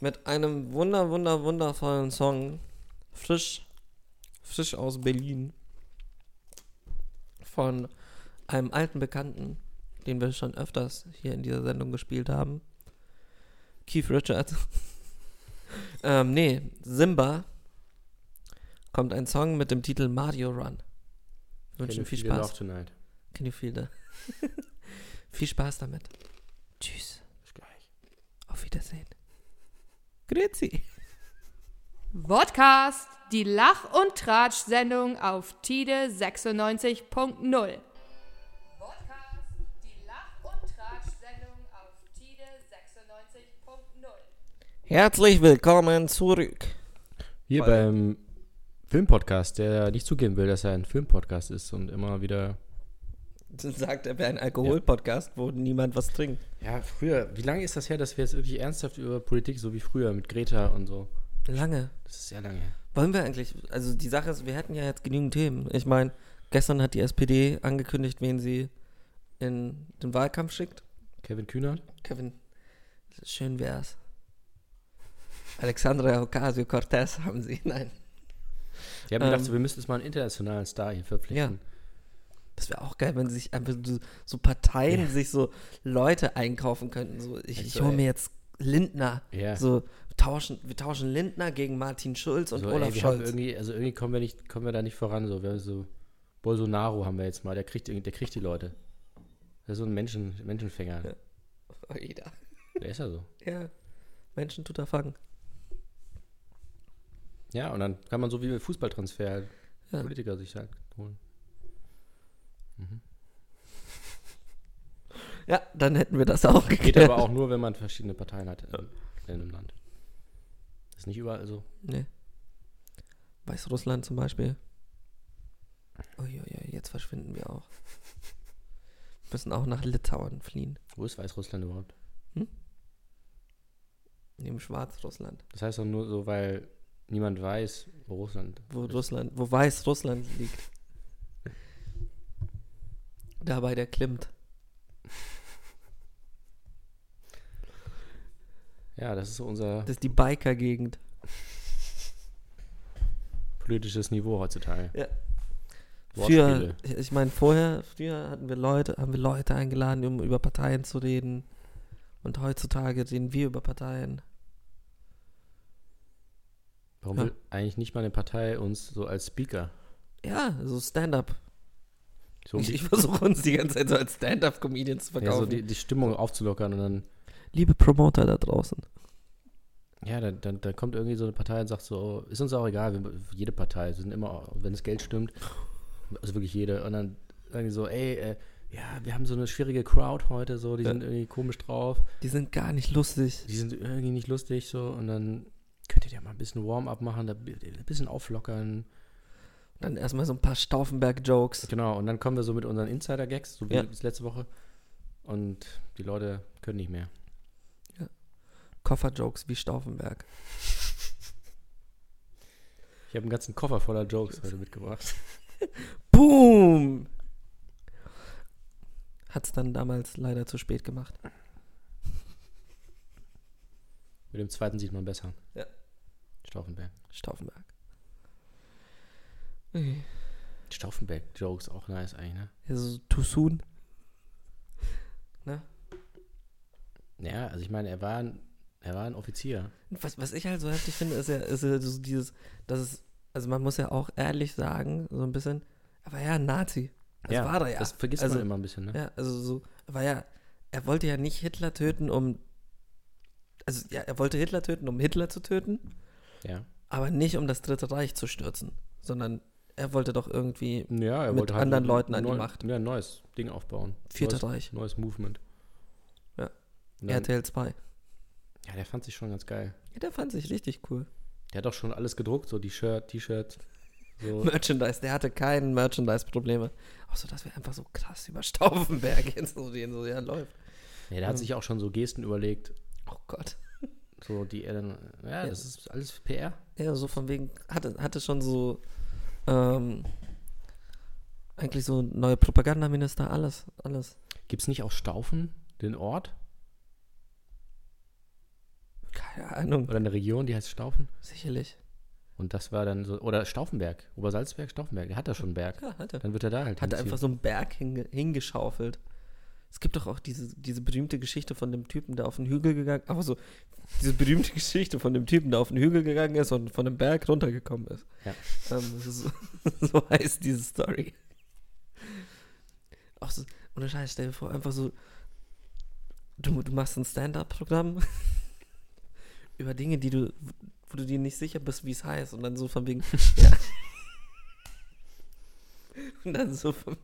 [SPEAKER 3] mit einem wunder, wunder, wundervollen Song. Frisch. Frisch aus Berlin. Von einem alten Bekannten, den wir schon öfters hier in dieser Sendung gespielt haben. Keith Richards. ähm, nee, Simba kommt ein Song mit dem Titel Mario Run. Wir wünschen viel Spaß.
[SPEAKER 4] Love tonight.
[SPEAKER 3] Can you feel that? Viel Spaß damit. Tschüss.
[SPEAKER 4] Bis gleich.
[SPEAKER 3] Auf Wiedersehen. Grüezi.
[SPEAKER 1] Podcast, die Lach- und Tratsch-Sendung auf Tide 96.0. Podcast, die Lach- und Tratsch-Sendung auf Tide 96.0.
[SPEAKER 3] Herzlich willkommen zurück.
[SPEAKER 4] Hier
[SPEAKER 3] Voll.
[SPEAKER 4] beim Filmpodcast, der nicht zugeben will, dass er ein Filmpodcast ist und immer wieder.
[SPEAKER 3] Sagt er, wäre ein Alkoholpodcast, wo niemand was trinkt.
[SPEAKER 4] Ja, früher, wie lange ist das her, dass wir jetzt wirklich ernsthaft über Politik, so wie früher mit Greta und so?
[SPEAKER 3] Lange.
[SPEAKER 4] Das ist sehr lange her.
[SPEAKER 3] Wollen wir eigentlich, also die Sache ist, wir hätten ja jetzt genügend Themen. Ich meine, gestern hat die SPD angekündigt, wen sie in den Wahlkampf schickt.
[SPEAKER 4] Kevin Kühnert?
[SPEAKER 3] Kevin, schön wär's. Alexandra Ocasio-Cortez haben sie. Nein.
[SPEAKER 4] Die haben gedacht,
[SPEAKER 3] Ähm.
[SPEAKER 4] so, wir müssen jetzt mal einen internationalen Star hier verpflichten.
[SPEAKER 3] Das wäre auch geil, wenn sie sich einfach so, so Parteien sich so Leute einkaufen könnten. So, ich, ich
[SPEAKER 4] Also,
[SPEAKER 3] hole
[SPEAKER 4] ey.
[SPEAKER 3] mir jetzt Lindner.
[SPEAKER 4] Ja.
[SPEAKER 3] So, tauschen, wir tauschen Lindner gegen Martin Schulz und
[SPEAKER 4] so,
[SPEAKER 3] Olaf
[SPEAKER 4] ey, wir haben
[SPEAKER 3] Scholz.
[SPEAKER 4] irgendwie, also irgendwie kommen wir nicht, kommen wir da nicht voran. So, wir haben so Bolsonaro haben wir jetzt mal, der kriegt irgendwie- der kriegt die Leute. Das ist so ein Menschen, Menschenfänger.
[SPEAKER 3] Oh, jeder.
[SPEAKER 4] Der ist ja so.
[SPEAKER 3] Ja. Menschen tut er fangen.
[SPEAKER 4] Ja, und dann kann man so wie mit Fußballtransfer halt
[SPEAKER 3] Ja.
[SPEAKER 4] Politiker sich halt holen.
[SPEAKER 3] Ja, dann hätten wir das auch geklärt.
[SPEAKER 4] Geht aber auch nur, wenn man verschiedene Parteien hat in, in einem Land. Ist nicht überall so.
[SPEAKER 3] Nee. Ne. Weißrussland zum Beispiel. Uiuiui, jetzt verschwinden wir auch. Müssen auch nach Litauen fliehen.
[SPEAKER 4] Wo ist Weißrussland überhaupt?
[SPEAKER 3] Neben Schwarzrussland.
[SPEAKER 4] Das heißt doch nur so, weil niemand weiß, wo Russland.
[SPEAKER 3] Wo Russland, wo Weißrussland liegt. Dabei der Klimt.
[SPEAKER 4] Ja, das ist so unser
[SPEAKER 3] Das ist die Biker-Gegend.
[SPEAKER 4] politisches Niveau heutzutage.
[SPEAKER 3] Ja. Früher,
[SPEAKER 4] Wortspiele.
[SPEAKER 3] ich meine, vorher, früher hatten wir Leute, haben wir Leute eingeladen, um über Parteien zu reden. Und heutzutage reden wir über Parteien.
[SPEAKER 4] Warum
[SPEAKER 3] Ja.
[SPEAKER 4] will eigentlich nicht mal eine Partei uns so als Speaker?
[SPEAKER 3] Ja, so Stand-up.
[SPEAKER 4] So, um
[SPEAKER 3] ich
[SPEAKER 4] die,
[SPEAKER 3] ich versuche uns die ganze Zeit so als Stand-up-Comedians zu
[SPEAKER 4] ja, so
[SPEAKER 3] verkaufen.
[SPEAKER 4] die, die Stimmung aufzulockern und dann,
[SPEAKER 3] Liebe Promoter da draußen.
[SPEAKER 4] ja, dann, dann, dann kommt irgendwie so eine Partei und sagt so, ist uns auch egal, wir, jede Partei, wir sind immer, wenn das Geld stimmt, also wirklich jede. Und dann sagen die so, ey, äh, ja, wir haben so eine schwierige Crowd heute, so, die
[SPEAKER 3] Ja.
[SPEAKER 4] sind irgendwie komisch drauf.
[SPEAKER 3] Die sind gar nicht lustig.
[SPEAKER 4] die sind irgendwie nicht lustig so und dann könnt ihr ja mal ein bisschen Warm-up machen, da bi- ein bisschen auflockern.
[SPEAKER 3] Dann erstmal so ein paar Stauffenberg-Jokes.
[SPEAKER 4] Genau, und dann kommen wir so mit unseren Insider-Gags, so wie
[SPEAKER 3] Ja.
[SPEAKER 4] bis letzte Woche. Und die Leute können nicht mehr.
[SPEAKER 3] Koffer-Jokes wie Stauffenberg.
[SPEAKER 4] Ich habe einen ganzen Koffer voller Jokes heute mitgebracht.
[SPEAKER 3] Boom! Hat's dann damals leider zu spät gemacht.
[SPEAKER 4] Mit dem zweiten sieht man besser.
[SPEAKER 3] Ja.
[SPEAKER 4] Stauffenberg.
[SPEAKER 3] Stauffenberg.
[SPEAKER 4] Stauffenberg-Jokes, auch nice eigentlich, ne?
[SPEAKER 3] Ja, so too soon.
[SPEAKER 4] Ja, also ich meine, er war ein, er war ein Offizier.
[SPEAKER 3] Was, was ich halt so heftig finde, ist ja, ist ja so dieses, dass es, also man muss ja auch ehrlich sagen, so ein bisschen, er war ja ein Nazi. Das war er ja.
[SPEAKER 4] Das vergisst
[SPEAKER 3] Also-
[SPEAKER 4] man immer ein bisschen, ne?
[SPEAKER 3] Ja, also so, war ja, er wollte ja nicht Hitler töten, um, also ja, er wollte Hitler töten, um Hitler zu töten,
[SPEAKER 4] Ja,
[SPEAKER 3] aber nicht um das Dritte Reich zu stürzen, sondern er wollte doch irgendwie
[SPEAKER 4] ja er
[SPEAKER 3] Mit
[SPEAKER 4] wollte halt
[SPEAKER 3] anderen
[SPEAKER 4] ein
[SPEAKER 3] Leuten an die
[SPEAKER 4] neu-
[SPEAKER 3] Macht.
[SPEAKER 4] Ja, ein neues Ding aufbauen.
[SPEAKER 3] Vierter
[SPEAKER 4] neues,
[SPEAKER 3] Reich,
[SPEAKER 4] Neues Movement.
[SPEAKER 3] Ja.
[SPEAKER 4] Und Dann,
[SPEAKER 3] RTL 2.
[SPEAKER 4] ja, der fand sich schon ganz geil.
[SPEAKER 3] Ja, der fand sich richtig cool.
[SPEAKER 4] Der hat auch schon alles gedruckt, so die Shirt, T-Shirts. So.
[SPEAKER 3] Merchandise, der hatte keinen Merchandise-Probleme. Auch so, dass wir einfach so krass über Stauffenberg jetzt so reden, so, ja, läuft.
[SPEAKER 4] Nee, der hat sich auch schon so Gesten überlegt,
[SPEAKER 3] Oh Gott.
[SPEAKER 4] so die er dann. Ja, das ist alles PR.
[SPEAKER 3] Ja, so von wegen, hatte, hatte schon so, ähm, eigentlich so neue Propagandaminister, alles, alles.
[SPEAKER 4] Gibt es nicht auch Staufen, den Ort
[SPEAKER 3] Keine Ahnung.
[SPEAKER 4] oder eine Region, die heißt Staufen?
[SPEAKER 3] Sicherlich.
[SPEAKER 4] Und das war dann so. Oder Staufenberg, Obersalzberg, Staufenberg. Der hat da schon einen Berg.
[SPEAKER 3] Ja, hat er.
[SPEAKER 4] Dann wird er da halt.
[SPEAKER 3] Hat er
[SPEAKER 4] hinziehen.
[SPEAKER 3] einfach so einen Berg hinge hingeschaufelt. Es gibt doch auch diese, diese berühmte Geschichte von dem Typen, der auf den Hügel gegangen Aber so, diese berühmte Geschichte von dem Typen, der auf den Hügel gegangen ist und von dem Berg runtergekommen ist.
[SPEAKER 4] Ja.
[SPEAKER 3] Ähm, so, so heißt diese Story. Auch so, ohne Scheiß, stell dir vor, einfach so. Du, du machst ein Stand-up-Programm über Dinge, die du, wo du dir nicht sicher bist, wie es heißt. Und dann so von wegen. ja. Und dann so von.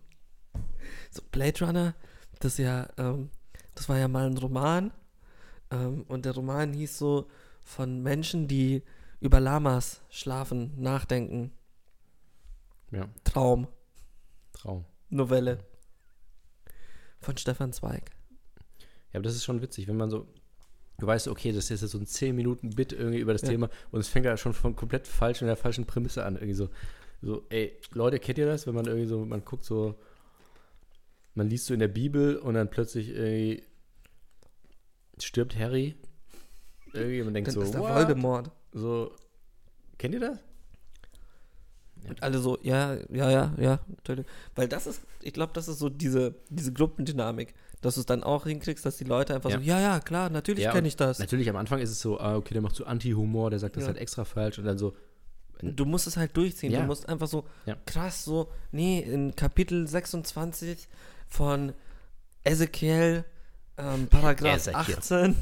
[SPEAKER 3] So, Blade Runner, das ist ja, ähm, das war ja mal ein Roman. Ähm, und der Roman hieß so von Menschen, die über Lamas schlafen, nachdenken.
[SPEAKER 4] Ja,
[SPEAKER 3] Traum,
[SPEAKER 4] Traum.
[SPEAKER 3] Novelle. Von Stefan Zweig.
[SPEAKER 4] Ja, aber das ist schon witzig, wenn man so. Du weißt, okay, das ist jetzt so ein 10-Minuten-Bit irgendwie über das
[SPEAKER 3] Ja.
[SPEAKER 4] Thema und es fängt ja schon von komplett falsch und der falschen Prämisse an. Irgendwie so, so, ey, Leute, kennt ihr das? Wenn man irgendwie so, man guckt so, man liest so in der Bibel und dann plötzlich irgendwie stirbt Harry. Irgendwie, man denkt
[SPEAKER 3] Dann
[SPEAKER 4] so,
[SPEAKER 3] ist der
[SPEAKER 4] what?
[SPEAKER 3] Voldemort.
[SPEAKER 4] so, kennt ihr das?
[SPEAKER 3] Und alle so, ja, ja, ja, ja, natürlich. Weil das ist, ich glaube, das ist so diese, diese Gruppendynamik, dass du es dann auch hinkriegst, dass die Leute einfach
[SPEAKER 4] Ja.
[SPEAKER 3] so, ja, ja, klar, natürlich
[SPEAKER 4] Ja, und
[SPEAKER 3] kenne ich das.
[SPEAKER 4] Natürlich, am Anfang ist es so, ah, okay, der macht so Anti-Humor, der sagt das
[SPEAKER 3] Ja.
[SPEAKER 4] halt extra falsch und dann so,
[SPEAKER 3] Du musst es halt durchziehen.
[SPEAKER 4] Ja.
[SPEAKER 3] Du musst einfach so
[SPEAKER 4] Ja.
[SPEAKER 3] krass so, nee, in Kapitel 26 von Ezekiel, ähm, Paragraph
[SPEAKER 4] Ezekiel.
[SPEAKER 3] 18.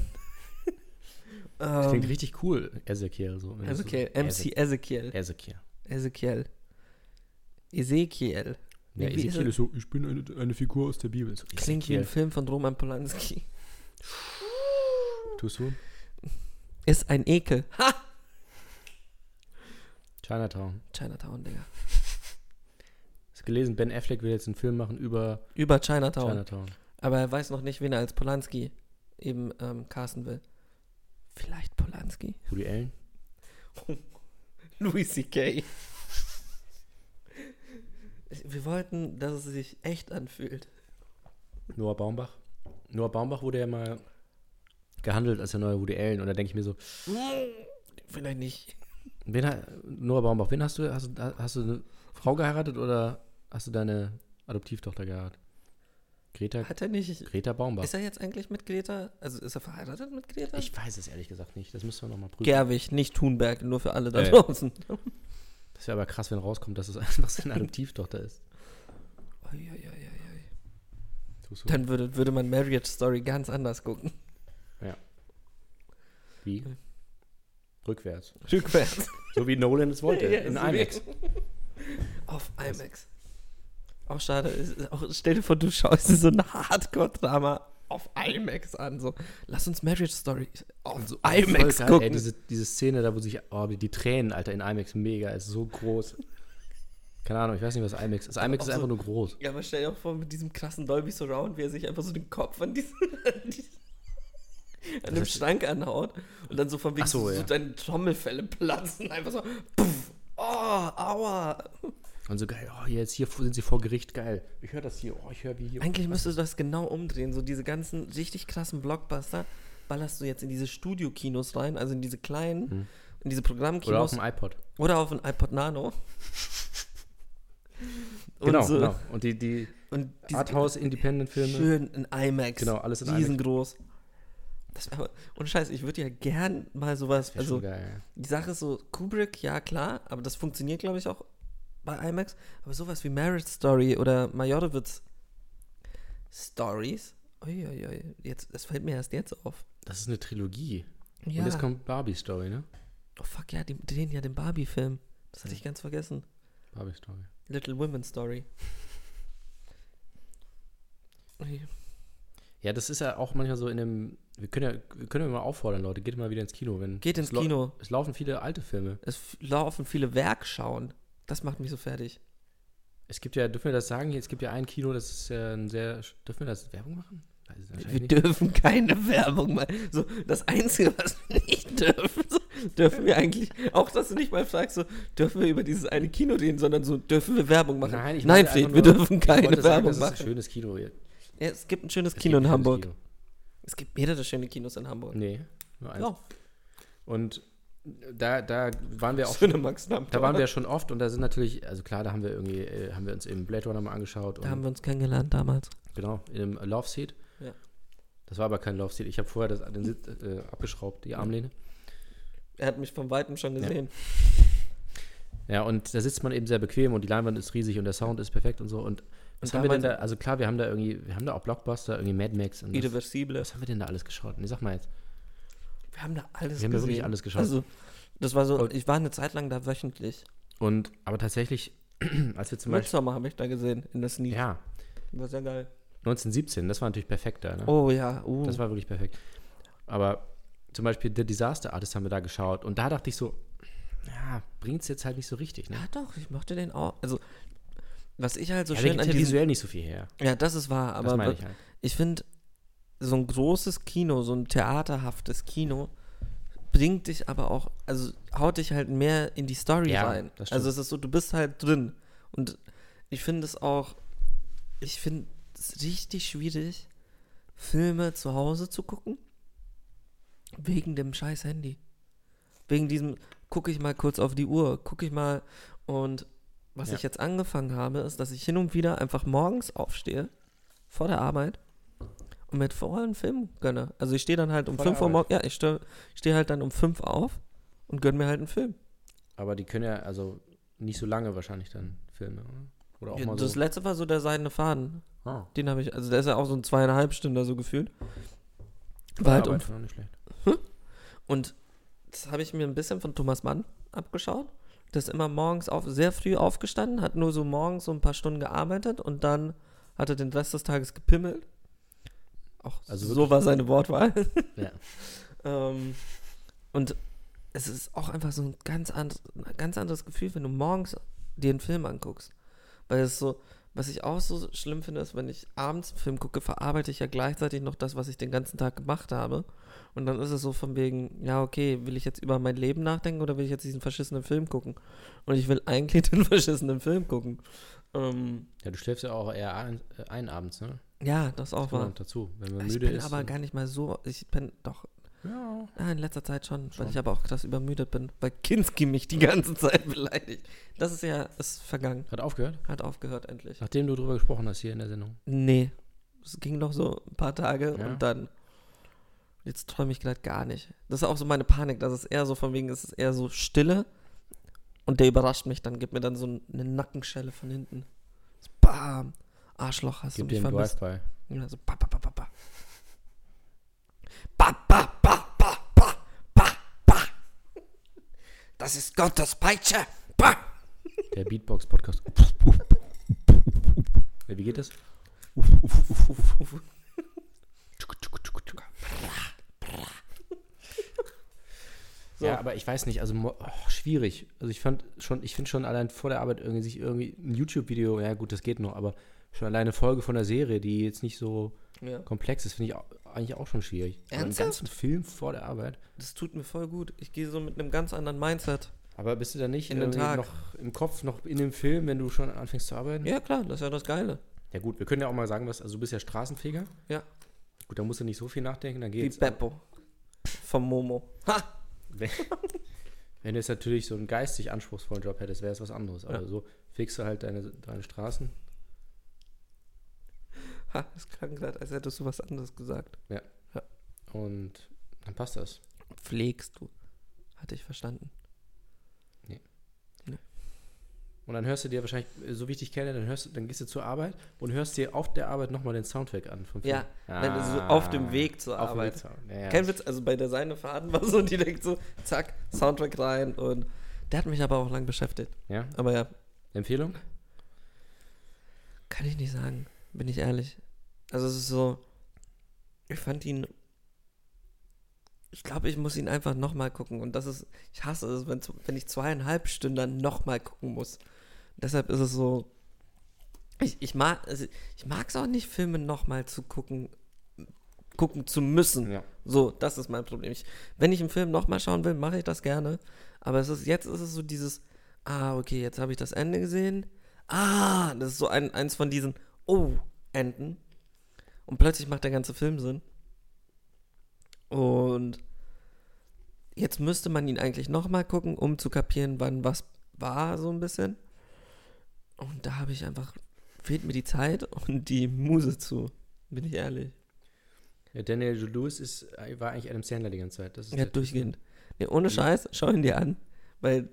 [SPEAKER 4] das klingt
[SPEAKER 3] ähm,
[SPEAKER 4] richtig cool, Ezekiel. So.
[SPEAKER 3] Ezekiel,
[SPEAKER 4] So,
[SPEAKER 3] MC Ezekiel.
[SPEAKER 4] Ezekiel.
[SPEAKER 3] Ezekiel. Ezekiel.
[SPEAKER 4] Ja,
[SPEAKER 3] Wie ist
[SPEAKER 4] Ezekiel
[SPEAKER 3] er?
[SPEAKER 4] ist so, ich bin eine, eine Figur aus der Bibel. So,
[SPEAKER 3] Klingt wie ein
[SPEAKER 4] Ezekiel,
[SPEAKER 3] Film von Roman Polanski.
[SPEAKER 4] Tust du?
[SPEAKER 3] Ist ein Ekel. Ha!
[SPEAKER 4] Chinatown.
[SPEAKER 3] Chinatown, Digga.
[SPEAKER 4] Hast du gelesen, Ben Affleck will jetzt einen Film machen über
[SPEAKER 3] Über Chinatown.
[SPEAKER 4] Chinatown.
[SPEAKER 3] Aber er weiß noch nicht, wen er als Polanski eben ähm, casten will. Vielleicht Polanski?
[SPEAKER 4] Woody Allen.
[SPEAKER 3] Louis C.K. Wir wollten, dass es sich echt anfühlt.
[SPEAKER 4] Noah Baumbach. Noah Baumbach wurde ja mal gehandelt als der neue Woody Allen. Und da denke ich mir so,
[SPEAKER 3] Vielleicht nicht.
[SPEAKER 4] wen, ha- Noah Baumbach, wen hast du? Hast, du- hast du eine Frau geheiratet oder hast du deine Adoptivtochter geheiratet? Greta,
[SPEAKER 3] Hat er nicht.
[SPEAKER 4] Greta Baumbach.
[SPEAKER 3] Ist er jetzt eigentlich mit Greta? Also ist er verheiratet mit Greta?
[SPEAKER 4] ich weiß es ehrlich gesagt nicht. Das müssen wir nochmal prüfen.
[SPEAKER 3] Gerwig, nicht Thunberg, nur für alle da
[SPEAKER 4] Ja, ja.
[SPEAKER 3] draußen.
[SPEAKER 4] Das wäre aber krass, wenn rauskommt, dass es einfach seine Adoptivtochter ist.
[SPEAKER 3] Ui, ui, ui, ui.
[SPEAKER 4] Tust du?
[SPEAKER 3] Dann würde, würde man Marriage Story ganz anders gucken.
[SPEAKER 4] Wie? Rückwärts.
[SPEAKER 3] Rückwärts.
[SPEAKER 4] So wie Nolan es wollte.
[SPEAKER 3] Ja,
[SPEAKER 4] in
[SPEAKER 3] so
[SPEAKER 4] IMAX.
[SPEAKER 3] Auf IMAX. Auch schade. es ist Auch, stell dir vor, du schaust dir so ein Hardcore-Drama auf IMAX an. So, lass uns Marriage Story auf IMAX
[SPEAKER 4] Voll geil,
[SPEAKER 3] gucken.
[SPEAKER 4] halt Ey, diese, diese Szene da, wo sich oh, die Tränen, Alter, in IMAX mega, ist so groß. Keine Ahnung, ich weiß nicht, was IMAX ist. IMAX
[SPEAKER 3] auch
[SPEAKER 4] ist einfach
[SPEAKER 3] so-
[SPEAKER 4] nur groß.
[SPEAKER 3] Ja, aber stell dir auch vor, mit diesem krassen Dolby Surround, wie er sich einfach so den Kopf an diesen, an, diesen, an dem
[SPEAKER 4] heißt-
[SPEAKER 3] Schrank anhaut und dann so von wegen
[SPEAKER 4] Ach so, ja.
[SPEAKER 3] deine Trommelfälle platzen. Einfach so, puff, oh, aua.
[SPEAKER 4] Und so geil, oh, jetzt hier sind sie vor Gericht, geil. Ich höre das hier, oh, ich höre wie hier.
[SPEAKER 3] Eigentlich müsstest du das genau umdrehen. So diese ganzen richtig krassen Blockbuster ballerst du jetzt in diese Studio-Kinos rein, also in diese kleinen, in diese
[SPEAKER 4] Mhm. Oder auf
[SPEAKER 3] Programmkinos
[SPEAKER 4] dem iPod.
[SPEAKER 3] oder auf ein iPod Nano. Und
[SPEAKER 4] Genau,
[SPEAKER 3] so-
[SPEAKER 4] genau. Und die, die
[SPEAKER 3] Und diese,
[SPEAKER 4] Arthouse-Independent-Filme.
[SPEAKER 3] Schön in IMAX.
[SPEAKER 4] Genau, alles in IMAX.
[SPEAKER 3] Riesengroß. IMAX. Das wär, aber- und Scheiß, ich würde ja gern mal sowas.
[SPEAKER 4] Also,
[SPEAKER 3] Also,
[SPEAKER 4] schon geil.
[SPEAKER 3] die Sache ist so: Kubrick, ja, klar, aber das funktioniert, glaube ich, auch bei IMAX. Aber sowas wie Marriage Story oder Majorowitz Stories. Uiuiui, jetzt, das fällt mir erst jetzt auf.
[SPEAKER 4] Das ist eine Trilogie.
[SPEAKER 3] Ja.
[SPEAKER 4] Und jetzt kommt Barbie-Story, ne?
[SPEAKER 3] oh, fuck, ja, die drehen ja den Barbie-Film. Das hatte ich ganz vergessen.
[SPEAKER 4] Barbie-Story.
[SPEAKER 3] Little Women Story. Ui.
[SPEAKER 4] Ja, das ist ja auch manchmal so in dem. Wir können ja, wir können ja mal auffordern, Leute, geht mal wieder ins Kino. Wenn
[SPEAKER 3] Geht ins
[SPEAKER 4] es lau-
[SPEAKER 3] Kino.
[SPEAKER 4] Es laufen viele alte Filme.
[SPEAKER 3] Es f- laufen viele Werkschauen. Das macht mich so fertig.
[SPEAKER 4] Es gibt ja, dürfen wir das sagen? Es gibt ja ein Kino, das ist ja ein sehr. Dürfen wir das Werbung machen? Weiß ich wahrscheinlich
[SPEAKER 3] Wir
[SPEAKER 4] nicht.
[SPEAKER 3] dürfen keine Werbung machen. So, das Einzige, was wir nicht dürfen, so, dürfen wir eigentlich, auch dass du nicht mal fragst, so, dürfen wir über dieses eine Kino reden, sondern so, dürfen wir Werbung machen?
[SPEAKER 4] Nein, ich
[SPEAKER 3] Nein
[SPEAKER 4] meinte
[SPEAKER 3] Fred,
[SPEAKER 4] einfach
[SPEAKER 3] wir
[SPEAKER 4] nur-
[SPEAKER 3] dürfen
[SPEAKER 4] Ich
[SPEAKER 3] keine
[SPEAKER 4] wollte sagen,
[SPEAKER 3] Werbung
[SPEAKER 4] Das ist ein
[SPEAKER 3] machen.
[SPEAKER 4] schönes Kino hier.
[SPEAKER 3] Ja, es gibt ein schönes
[SPEAKER 4] Es
[SPEAKER 3] Kino
[SPEAKER 4] gibt
[SPEAKER 3] in
[SPEAKER 4] ein schönes
[SPEAKER 3] Hamburg.
[SPEAKER 4] Kino.
[SPEAKER 3] Es gibt mehrere schöne Kinos in Hamburg.
[SPEAKER 4] Nee, nur eins.
[SPEAKER 3] Ja,
[SPEAKER 4] Und da, da waren wir auch.
[SPEAKER 3] schöne max da
[SPEAKER 4] Da waren wir ja schon oft und da sind natürlich, also klar, da haben wir irgendwie, äh, haben wir uns eben Blade Runner mal angeschaut.
[SPEAKER 3] Da
[SPEAKER 4] und
[SPEAKER 3] haben wir uns kennengelernt damals.
[SPEAKER 4] Genau, in einem Love Seat.
[SPEAKER 3] Ja.
[SPEAKER 4] Das war aber kein Love Seat. Ich habe vorher das, den Sitz äh, abgeschraubt, die Armlehne.
[SPEAKER 3] Er hat mich von Weitem schon gesehen.
[SPEAKER 4] Ja, und da sitzt man eben sehr bequem und die Leinwand ist riesig und der Sound ist perfekt und so. Und was
[SPEAKER 3] Und
[SPEAKER 4] haben wir denn da?
[SPEAKER 3] damals-
[SPEAKER 4] Also klar, wir haben da irgendwie, wir haben da auch Blockbuster, irgendwie Mad Max und das,
[SPEAKER 3] Irreversible.
[SPEAKER 4] was haben wir denn da alles geschaut? Nee, sag mal jetzt.
[SPEAKER 3] Wir haben da alles
[SPEAKER 4] Wir haben da wirklich
[SPEAKER 3] gesehen.
[SPEAKER 4] alles geschaut.
[SPEAKER 3] Also, das war so,
[SPEAKER 4] Und-
[SPEAKER 3] ich war eine Zeit lang da wöchentlich.
[SPEAKER 4] Und aber tatsächlich, als wir zum Beispiel.
[SPEAKER 3] Midsommar habe ich da gesehen, in der Sneak.
[SPEAKER 4] Ja,
[SPEAKER 3] War sehr geil.
[SPEAKER 4] 1917, das war natürlich perfekt da, ne?
[SPEAKER 3] Oh ja, uh.
[SPEAKER 4] Das war wirklich perfekt. Aber zum Beispiel The Disaster Artist haben wir da geschaut und da dachte ich so, ja, bringt's jetzt halt nicht so richtig, ne?
[SPEAKER 3] ja doch, ich mochte den auch. Also, was ich halt so
[SPEAKER 4] ja, der
[SPEAKER 3] schön
[SPEAKER 4] gibt
[SPEAKER 3] an
[SPEAKER 4] ja
[SPEAKER 3] diesem...
[SPEAKER 4] visuell nicht so viel her.
[SPEAKER 3] Ja, das ist wahr, aber
[SPEAKER 4] das meine ich halt.
[SPEAKER 3] ich finde, so ein großes Kino, so ein theaterhaftes Kino, bringt dich aber auch, also haut dich halt mehr in die Story
[SPEAKER 4] Ja,
[SPEAKER 3] rein.
[SPEAKER 4] das stimmt.
[SPEAKER 3] Also es ist so, du bist halt drin. Und ich finde es auch, ich finde es richtig schwierig, Filme zu Hause zu gucken, wegen dem scheiß Handy. Wegen diesem, gucke ich mal kurz auf die Uhr, gucke ich mal und Was
[SPEAKER 4] Ja.
[SPEAKER 3] ich jetzt angefangen habe, ist, dass ich hin und wieder einfach morgens aufstehe, vor der Arbeit, und mit vollen Film gönne. Also ich stehe dann halt um
[SPEAKER 4] Vor der
[SPEAKER 3] 5 Uhr
[SPEAKER 4] Arbeit?
[SPEAKER 3] morgens, ja, ich stehe steh halt dann um 5 auf und gönne mir halt einen Film.
[SPEAKER 4] Aber die können ja, also nicht so lange wahrscheinlich dann Filme, oder? Oder auch
[SPEAKER 3] Ja,
[SPEAKER 4] mal
[SPEAKER 3] das
[SPEAKER 4] so.
[SPEAKER 3] letzte war so der seidene Faden.
[SPEAKER 4] Ah,
[SPEAKER 3] Den habe ich, also der ist ja auch so ein zweieinhalb Stunden so gefühlt.
[SPEAKER 4] vor
[SPEAKER 3] War halt
[SPEAKER 4] der
[SPEAKER 3] um
[SPEAKER 4] Arbeit, war nicht schlecht.
[SPEAKER 3] Und das habe ich mir ein bisschen von Thomas Mann abgeschaut. Der ist immer morgens auf, sehr früh aufgestanden, hat nur so morgens so ein paar Stunden gearbeitet und dann hat er den Rest des Tages gepimmelt. Auch
[SPEAKER 4] Also
[SPEAKER 3] so war seine Wortwahl.
[SPEAKER 4] Ja.
[SPEAKER 3] ähm, und es ist auch einfach so ein ganz, and, ein ganz anderes Gefühl, wenn du morgens dir einen Film anguckst. Weil es so, was ich auch so schlimm finde, ist, wenn ich abends einen Film gucke, verarbeite ich ja gleichzeitig noch das, was ich den ganzen Tag gemacht habe. Und dann ist es so von wegen, ja, okay, will ich jetzt über mein Leben nachdenken oder will ich jetzt diesen verschissenen Film gucken? Und ich will eigentlich den verschissenen Film gucken. Ähm,
[SPEAKER 4] Ja, du schläfst ja auch eher ein, äh, ein abends, ne?
[SPEAKER 3] ja, das auch
[SPEAKER 4] Das kommt
[SPEAKER 3] war.
[SPEAKER 4] noch dazu, wenn man
[SPEAKER 3] Ich
[SPEAKER 4] müde
[SPEAKER 3] bin
[SPEAKER 4] ist.
[SPEAKER 3] aber
[SPEAKER 4] dann-
[SPEAKER 3] gar nicht mal so, ich bin doch,
[SPEAKER 4] ja.
[SPEAKER 3] ah, in letzter Zeit schon,
[SPEAKER 4] Schon.
[SPEAKER 3] weil ich aber auch krass übermüdet bin, weil Kinski mich die ganze Zeit beleidigt. Das ist ja, ist vergangen.
[SPEAKER 4] Hat aufgehört?
[SPEAKER 3] Hat aufgehört endlich.
[SPEAKER 4] Nachdem du drüber gesprochen hast hier in der Sendung.
[SPEAKER 3] Nee, es ging noch so ein paar Tage
[SPEAKER 4] Ja.
[SPEAKER 3] und dann, jetzt träume ich gerade gar nicht. Das ist auch so meine Panik, dass es eher so von wegen, es ist eher so Stille und der überrascht mich dann, gibt mir dann so eine Nackenschelle von hinten. So, bam, Arschloch hast
[SPEAKER 4] Gib
[SPEAKER 3] du
[SPEAKER 4] dir
[SPEAKER 3] mich
[SPEAKER 4] einen
[SPEAKER 3] vermisst.
[SPEAKER 4] Drive-By.
[SPEAKER 3] Ja, so ba, ba, ba, ba, ba. Ba, ba, ba, ba, ba, ba, ba. Das ist Gottes Peitsche. Ba.
[SPEAKER 4] Der Beatbox-Podcast. Ja, Wie geht das? Ja, aber ich weiß nicht, also mo- oh, schwierig. Also ich fand schon, ich finde schon allein vor der Arbeit irgendwie sich irgendwie ein YouTube-Video, ja gut, das geht noch, aber schon alleine eine Folge von einer Serie, die jetzt nicht so
[SPEAKER 3] Ja.
[SPEAKER 4] komplex ist, finde ich au- eigentlich auch schon schwierig. Aber Einen
[SPEAKER 3] Ernsthaft?
[SPEAKER 4] ganzen Film vor der Arbeit.
[SPEAKER 3] Das tut mir voll gut. Ich gehe so mit einem ganz anderen Mindset.
[SPEAKER 4] Aber bist du dann nicht
[SPEAKER 3] In den
[SPEAKER 4] irgendwie
[SPEAKER 3] Tag.
[SPEAKER 4] noch im Kopf, noch in dem Film, wenn du schon anfängst zu arbeiten?
[SPEAKER 3] Ja, klar, das ist ja das Geile.
[SPEAKER 4] Ja gut, wir können ja auch mal sagen, was, also du bist ja Straßenfeger.
[SPEAKER 3] Ja.
[SPEAKER 4] Gut, da musst du nicht so viel nachdenken, dann
[SPEAKER 3] Wie
[SPEAKER 4] geht's.
[SPEAKER 3] Beppo. Vom Momo. Ha!
[SPEAKER 4] Wenn, wenn du jetzt natürlich so einen geistig anspruchsvollen Job hättest, wäre es was anderes. Aber so fegst du halt deine, deine Straßen.
[SPEAKER 3] Ha, es klang gerade, als hättest du was anderes gesagt.
[SPEAKER 4] Und dann passt das.
[SPEAKER 3] Pflegst du. Hatte ich verstanden.
[SPEAKER 4] Und dann hörst du dir wahrscheinlich, äh, so wie ich dich kenne, dann, hörst, du- dann gehst du zur Arbeit und hörst dir auf der Arbeit nochmal den Soundtrack an. Vom
[SPEAKER 3] Ja,
[SPEAKER 4] Film. Ah.
[SPEAKER 3] wenn du so auf dem Weg zur
[SPEAKER 4] auf dem
[SPEAKER 3] Arbeit.
[SPEAKER 4] Weg zur Arbeit. Ja, ja.
[SPEAKER 3] Kein Witz, also bei der seine Faden war so direkt so, zack, Soundtrack rein und der hat mich aber auch lang beschäftigt.
[SPEAKER 4] ja.
[SPEAKER 3] Aber ja,
[SPEAKER 4] Empfehlung?
[SPEAKER 3] kann ich nicht sagen, bin ich ehrlich. Also es ist so, ich fand ihn, ich glaube, ich muss ihn einfach nochmal gucken und das ist, ich hasse es, wenn, wenn ich zweieinhalb Stunden nochmal gucken muss. Deshalb ist es so, ich, ich mag es ich mag's auch nicht, Filme nochmal zu gucken, gucken zu müssen.
[SPEAKER 4] Ja.
[SPEAKER 3] So, das ist mein Problem. Ich, wenn ich einen Film nochmal schauen will, mache ich das gerne. Aber es ist, jetzt ist es so dieses, ah, okay, jetzt habe ich das Ende gesehen. Ah, das ist so ein, eins von diesen, oh, Enden. Und plötzlich macht der ganze Film Sinn. Und jetzt müsste man ihn eigentlich nochmal gucken, um zu kapieren, wann was war, so ein bisschen. Und da habe ich einfach, fehlt mir die Zeit und die Muse zu, bin ich ehrlich.
[SPEAKER 4] Ja, Daniel Lewis ist, war eigentlich Adam Sandler die ganze Zeit. Das ist Mhm.
[SPEAKER 3] Ja,
[SPEAKER 4] der-
[SPEAKER 3] durchgehend. Nee, ohne Scheiß, schau ihn dir an. Weil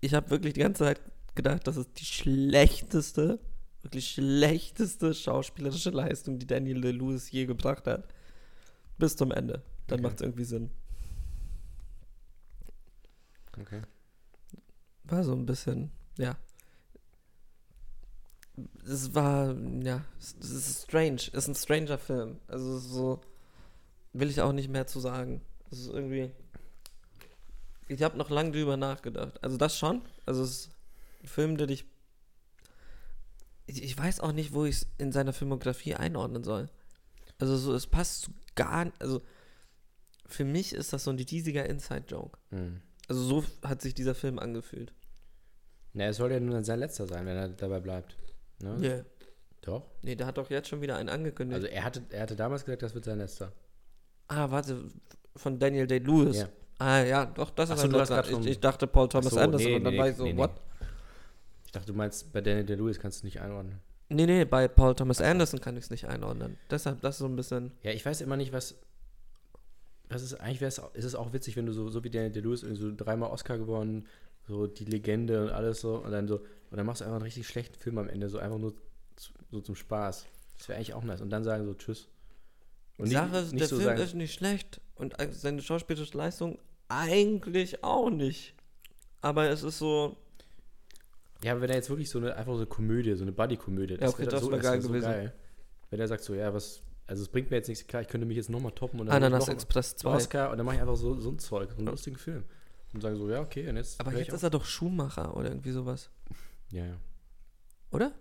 [SPEAKER 3] ich habe wirklich die ganze Zeit gedacht, das ist die schlechteste, wirklich schlechteste schauspielerische Leistung, die Daniel Lewis je gebracht hat. Bis zum Ende. Dann
[SPEAKER 4] Okay.
[SPEAKER 3] macht es irgendwie Sinn.
[SPEAKER 4] Okay.
[SPEAKER 3] War so ein bisschen, ja. Es war, ja, es es ist strange. Es ist ein stranger Film. Also es ist so, will ich auch nicht mehr zu sagen. Es ist irgendwie, ich habe noch lange drüber nachgedacht. Also das schon. Also es ist ein Film, der dich, ich, ich weiß auch nicht, wo ich es in seiner Filmografie einordnen soll. Also so, es passt gar nicht, also für mich ist das so ein riesiger Inside-Joke.
[SPEAKER 4] Hm.
[SPEAKER 3] Also so hat sich dieser Film angefühlt.
[SPEAKER 4] Na, es soll ja nur sein letzter sein, wenn er dabei bleibt. Ne?
[SPEAKER 3] Yeah.
[SPEAKER 4] Doch.
[SPEAKER 3] Nee, der hat doch jetzt schon wieder einen angekündigt.
[SPEAKER 4] Also er hatte, er hatte damals gesagt, das wird sein letzter.
[SPEAKER 3] ah, warte, von Daniel Day-Lewis.
[SPEAKER 4] Ja.
[SPEAKER 3] Ah ja, doch, das
[SPEAKER 4] Ach
[SPEAKER 3] ist
[SPEAKER 4] so,
[SPEAKER 3] ein
[SPEAKER 4] du hast
[SPEAKER 3] Letzter.
[SPEAKER 4] grad
[SPEAKER 3] ich,
[SPEAKER 4] vom-
[SPEAKER 3] ich dachte Paul Thomas
[SPEAKER 4] Ach so,
[SPEAKER 3] Anderson
[SPEAKER 4] nee,
[SPEAKER 3] und dann
[SPEAKER 4] nee,
[SPEAKER 3] war ich so,
[SPEAKER 4] nee, nee.
[SPEAKER 3] what?
[SPEAKER 4] Ich dachte, du meinst, bei Daniel Day-Lewis kannst du nicht einordnen.
[SPEAKER 3] Nee, nee, bei Paul Thomas Anderson kann ich es nicht einordnen. Deshalb, das ist so ein bisschen.
[SPEAKER 4] Ja, ich weiß immer nicht, was. Das ist eigentlich wär's, ist es auch witzig, wenn du so, so wie Daniel Day-Lewis irgendwie so dreimal Oscar gewonnen, so die Legende und alles so und dann so und dann machst du einfach einen richtig schlechten Film am Ende, so einfach nur zu, so zum Spaß. Das wäre eigentlich auch nice. Und dann sagen so Tschüss. Und
[SPEAKER 3] Die
[SPEAKER 4] nicht-
[SPEAKER 3] Sache ist,
[SPEAKER 4] nicht
[SPEAKER 3] der
[SPEAKER 4] so
[SPEAKER 3] Film
[SPEAKER 4] sagen,
[SPEAKER 3] ist nicht schlecht und eig- seine schauspielerische Leistung eigentlich auch nicht. Aber es ist so.
[SPEAKER 4] Ja, aber wenn er jetzt wirklich so eine einfach so eine Komödie, so eine Buddy-Komödie,
[SPEAKER 3] Ja, okay, das
[SPEAKER 4] so,
[SPEAKER 3] wär geil
[SPEAKER 4] so
[SPEAKER 3] gewesen.
[SPEAKER 4] geil. Wenn er sagt so, ja, was, also es bringt mir jetzt nichts, klar, ich könnte mich jetzt nochmal toppen und dann mach ich
[SPEAKER 3] Ananas
[SPEAKER 4] noch
[SPEAKER 3] Express 2.
[SPEAKER 4] einen Oscar und dann mache ich einfach so, so ein Zeug, so einen lustigen Film. Und sagen so, ja, okay, und jetzt.
[SPEAKER 3] Aber
[SPEAKER 4] wär
[SPEAKER 3] jetzt
[SPEAKER 4] ich
[SPEAKER 3] ist er doch Schuhmacher oder irgendwie sowas.
[SPEAKER 4] auch- ja, ja.
[SPEAKER 3] Oder?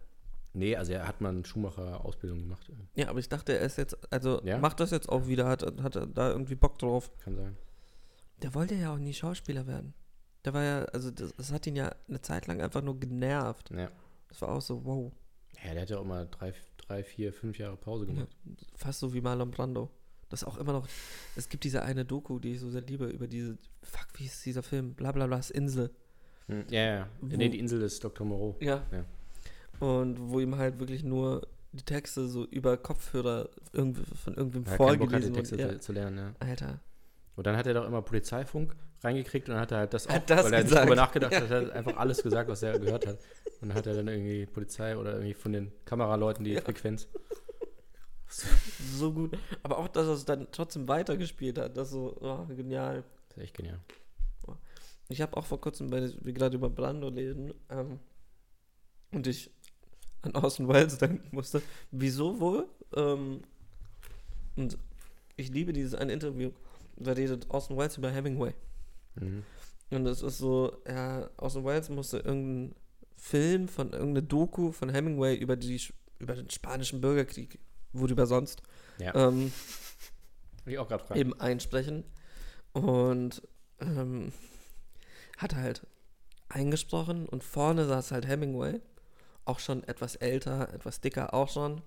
[SPEAKER 4] Nee, also er hat mal eine Schuhmacher-Ausbildung gemacht,
[SPEAKER 3] Ja, aber ich dachte, er ist jetzt. Also
[SPEAKER 4] Ja?
[SPEAKER 3] macht das jetzt auch wieder, hat, hat er da irgendwie Bock drauf.
[SPEAKER 4] kann sein.
[SPEAKER 3] Der wollte ja auch nie Schauspieler werden. Der war ja, also das, das hat ihn ja eine Zeit lang einfach nur genervt.
[SPEAKER 4] Ja.
[SPEAKER 3] Das war auch so, wow.
[SPEAKER 4] Ja, der hat ja auch mal drei, drei vier, fünf Jahre Pause gemacht.
[SPEAKER 3] Fast so wie Marlon Brando. Das auch immer noch. Es gibt diese eine Doku, die ich so sehr liebe, über diese. Fuck, wie ist dieser Film? Blablablas Insel.
[SPEAKER 4] Hm, Ja, ja.
[SPEAKER 3] Wo-
[SPEAKER 4] Nee, die Insel des Dr. Moreau.
[SPEAKER 3] Ja.
[SPEAKER 4] Ja.
[SPEAKER 3] Und wo ihm halt wirklich nur die Texte so über Kopfhörer irgendwie, von irgendwem
[SPEAKER 4] Ja, keinen Bock hat, die
[SPEAKER 3] vorgelesen
[SPEAKER 4] Texte
[SPEAKER 3] wurden. Ja.
[SPEAKER 4] zu, zu lernen, ja.
[SPEAKER 3] Alter.
[SPEAKER 4] Und dann hat er doch immer Polizeifunk reingekriegt und dann hat er halt das auch,
[SPEAKER 3] Hat das
[SPEAKER 4] weil er
[SPEAKER 3] gesagt.
[SPEAKER 4] nicht drüber nachgedacht hat, hat er einfach alles gesagt, was er gehört hat. Und dann hat er dann irgendwie Polizei oder irgendwie von den Kameraleuten die Frequenz.
[SPEAKER 3] So gut. Aber auch, dass er es dann trotzdem weitergespielt hat. Das so, oh, genial.
[SPEAKER 4] Das ist echt genial.
[SPEAKER 3] Ich habe auch vor kurzem, weil wir gerade über Brando reden, ähm, und ich an Orson Welles denken musste, wieso wohl? Ähm, und ich liebe dieses ein Interview, da redet Orson Welles über Hemingway.
[SPEAKER 4] Mhm.
[SPEAKER 3] Und es ist so, ja, Orson Welles musste irgendeinen Film von irgendeiner Doku von Hemingway über, die, Sch- über den spanischen Bürgerkrieg, worüber sonst,
[SPEAKER 4] Ja.
[SPEAKER 3] ähm,
[SPEAKER 4] Hab ich auch gerade fragen.
[SPEAKER 3] eben einsprechen. Und ähm, hat halt eingesprochen und vorne saß halt Hemingway, auch schon etwas älter, etwas dicker auch schon,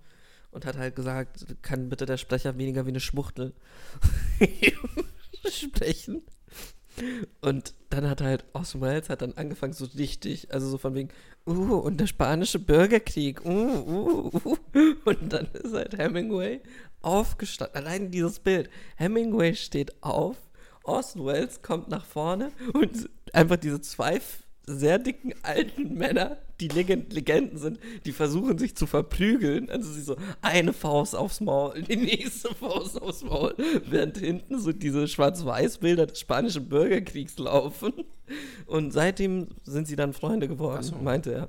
[SPEAKER 3] und hat halt gesagt, kann bitte der Sprecher weniger wie eine Schwuchtel sprechen. Und dann hat halt Orson Welles hat dann angefangen so richtig, also so von wegen, uh, und der spanische Bürgerkrieg, uh, uh, uh. Und dann ist halt Hemingway aufgestanden. Allein dieses Bild. Hemingway steht auf, Orson Welles kommt nach vorne und einfach diese zwei f- sehr dicken alten Männer, die Legen Legenden sind, die versuchen sich zu verprügeln. Also sie so eine Faust aufs Maul, die nächste Faust aufs Maul, während hinten so diese Schwarz-Weiß-Bilder des spanischen Bürgerkriegs laufen. Und seitdem sind sie dann Freunde geworden,
[SPEAKER 4] Ach so.
[SPEAKER 3] meinte er.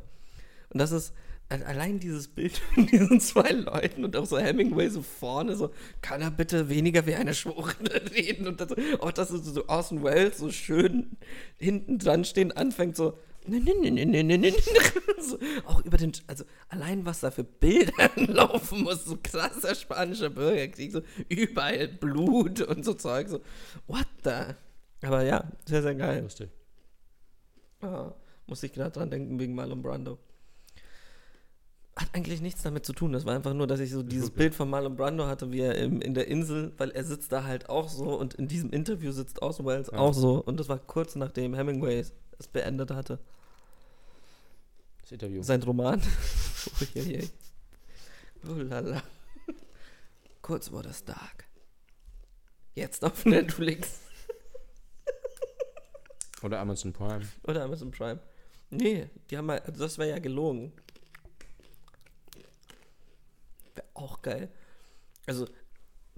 [SPEAKER 3] Und das ist a- allein dieses Bild von diesen zwei Leuten und auch so Hemingway so vorne, so, kann er bitte weniger wie eine Schwuchtel reden? Und das, auch dass so- so Orson Welles so schön hinten dran stehen anfängt, so, ne, ne, ne, ne, ne, ne, ne, ne. so, auch über den, also allein was da für Bilder laufen muss, so krasser spanischer Bürgerkrieg, so überall Blut und so Zeug, so, what the? Aber ja, sehr, sehr geil.
[SPEAKER 4] Lustig.
[SPEAKER 3] Ah, muss ich gerade dran denken wegen Marlon Brando. Hat eigentlich nichts damit zu tun. Das war einfach nur, dass ich so dieses Bild von Marlon Brando hatte, wie er im, in der Insel, weil er sitzt da halt auch so und in diesem Interview sitzt Orson Welles
[SPEAKER 4] Ja.
[SPEAKER 3] auch so. Und das war kurz nachdem Hemingway es beendet hatte.
[SPEAKER 4] Das Interview.
[SPEAKER 3] Sein Roman. Uiuiui. oh lala. Kurz wurde es dark. Jetzt auf Netflix.
[SPEAKER 4] Oder Amazon Prime.
[SPEAKER 3] Oder Amazon Prime. Nee, die haben mal, also das wäre ja gelogen. Wäre auch geil. Also,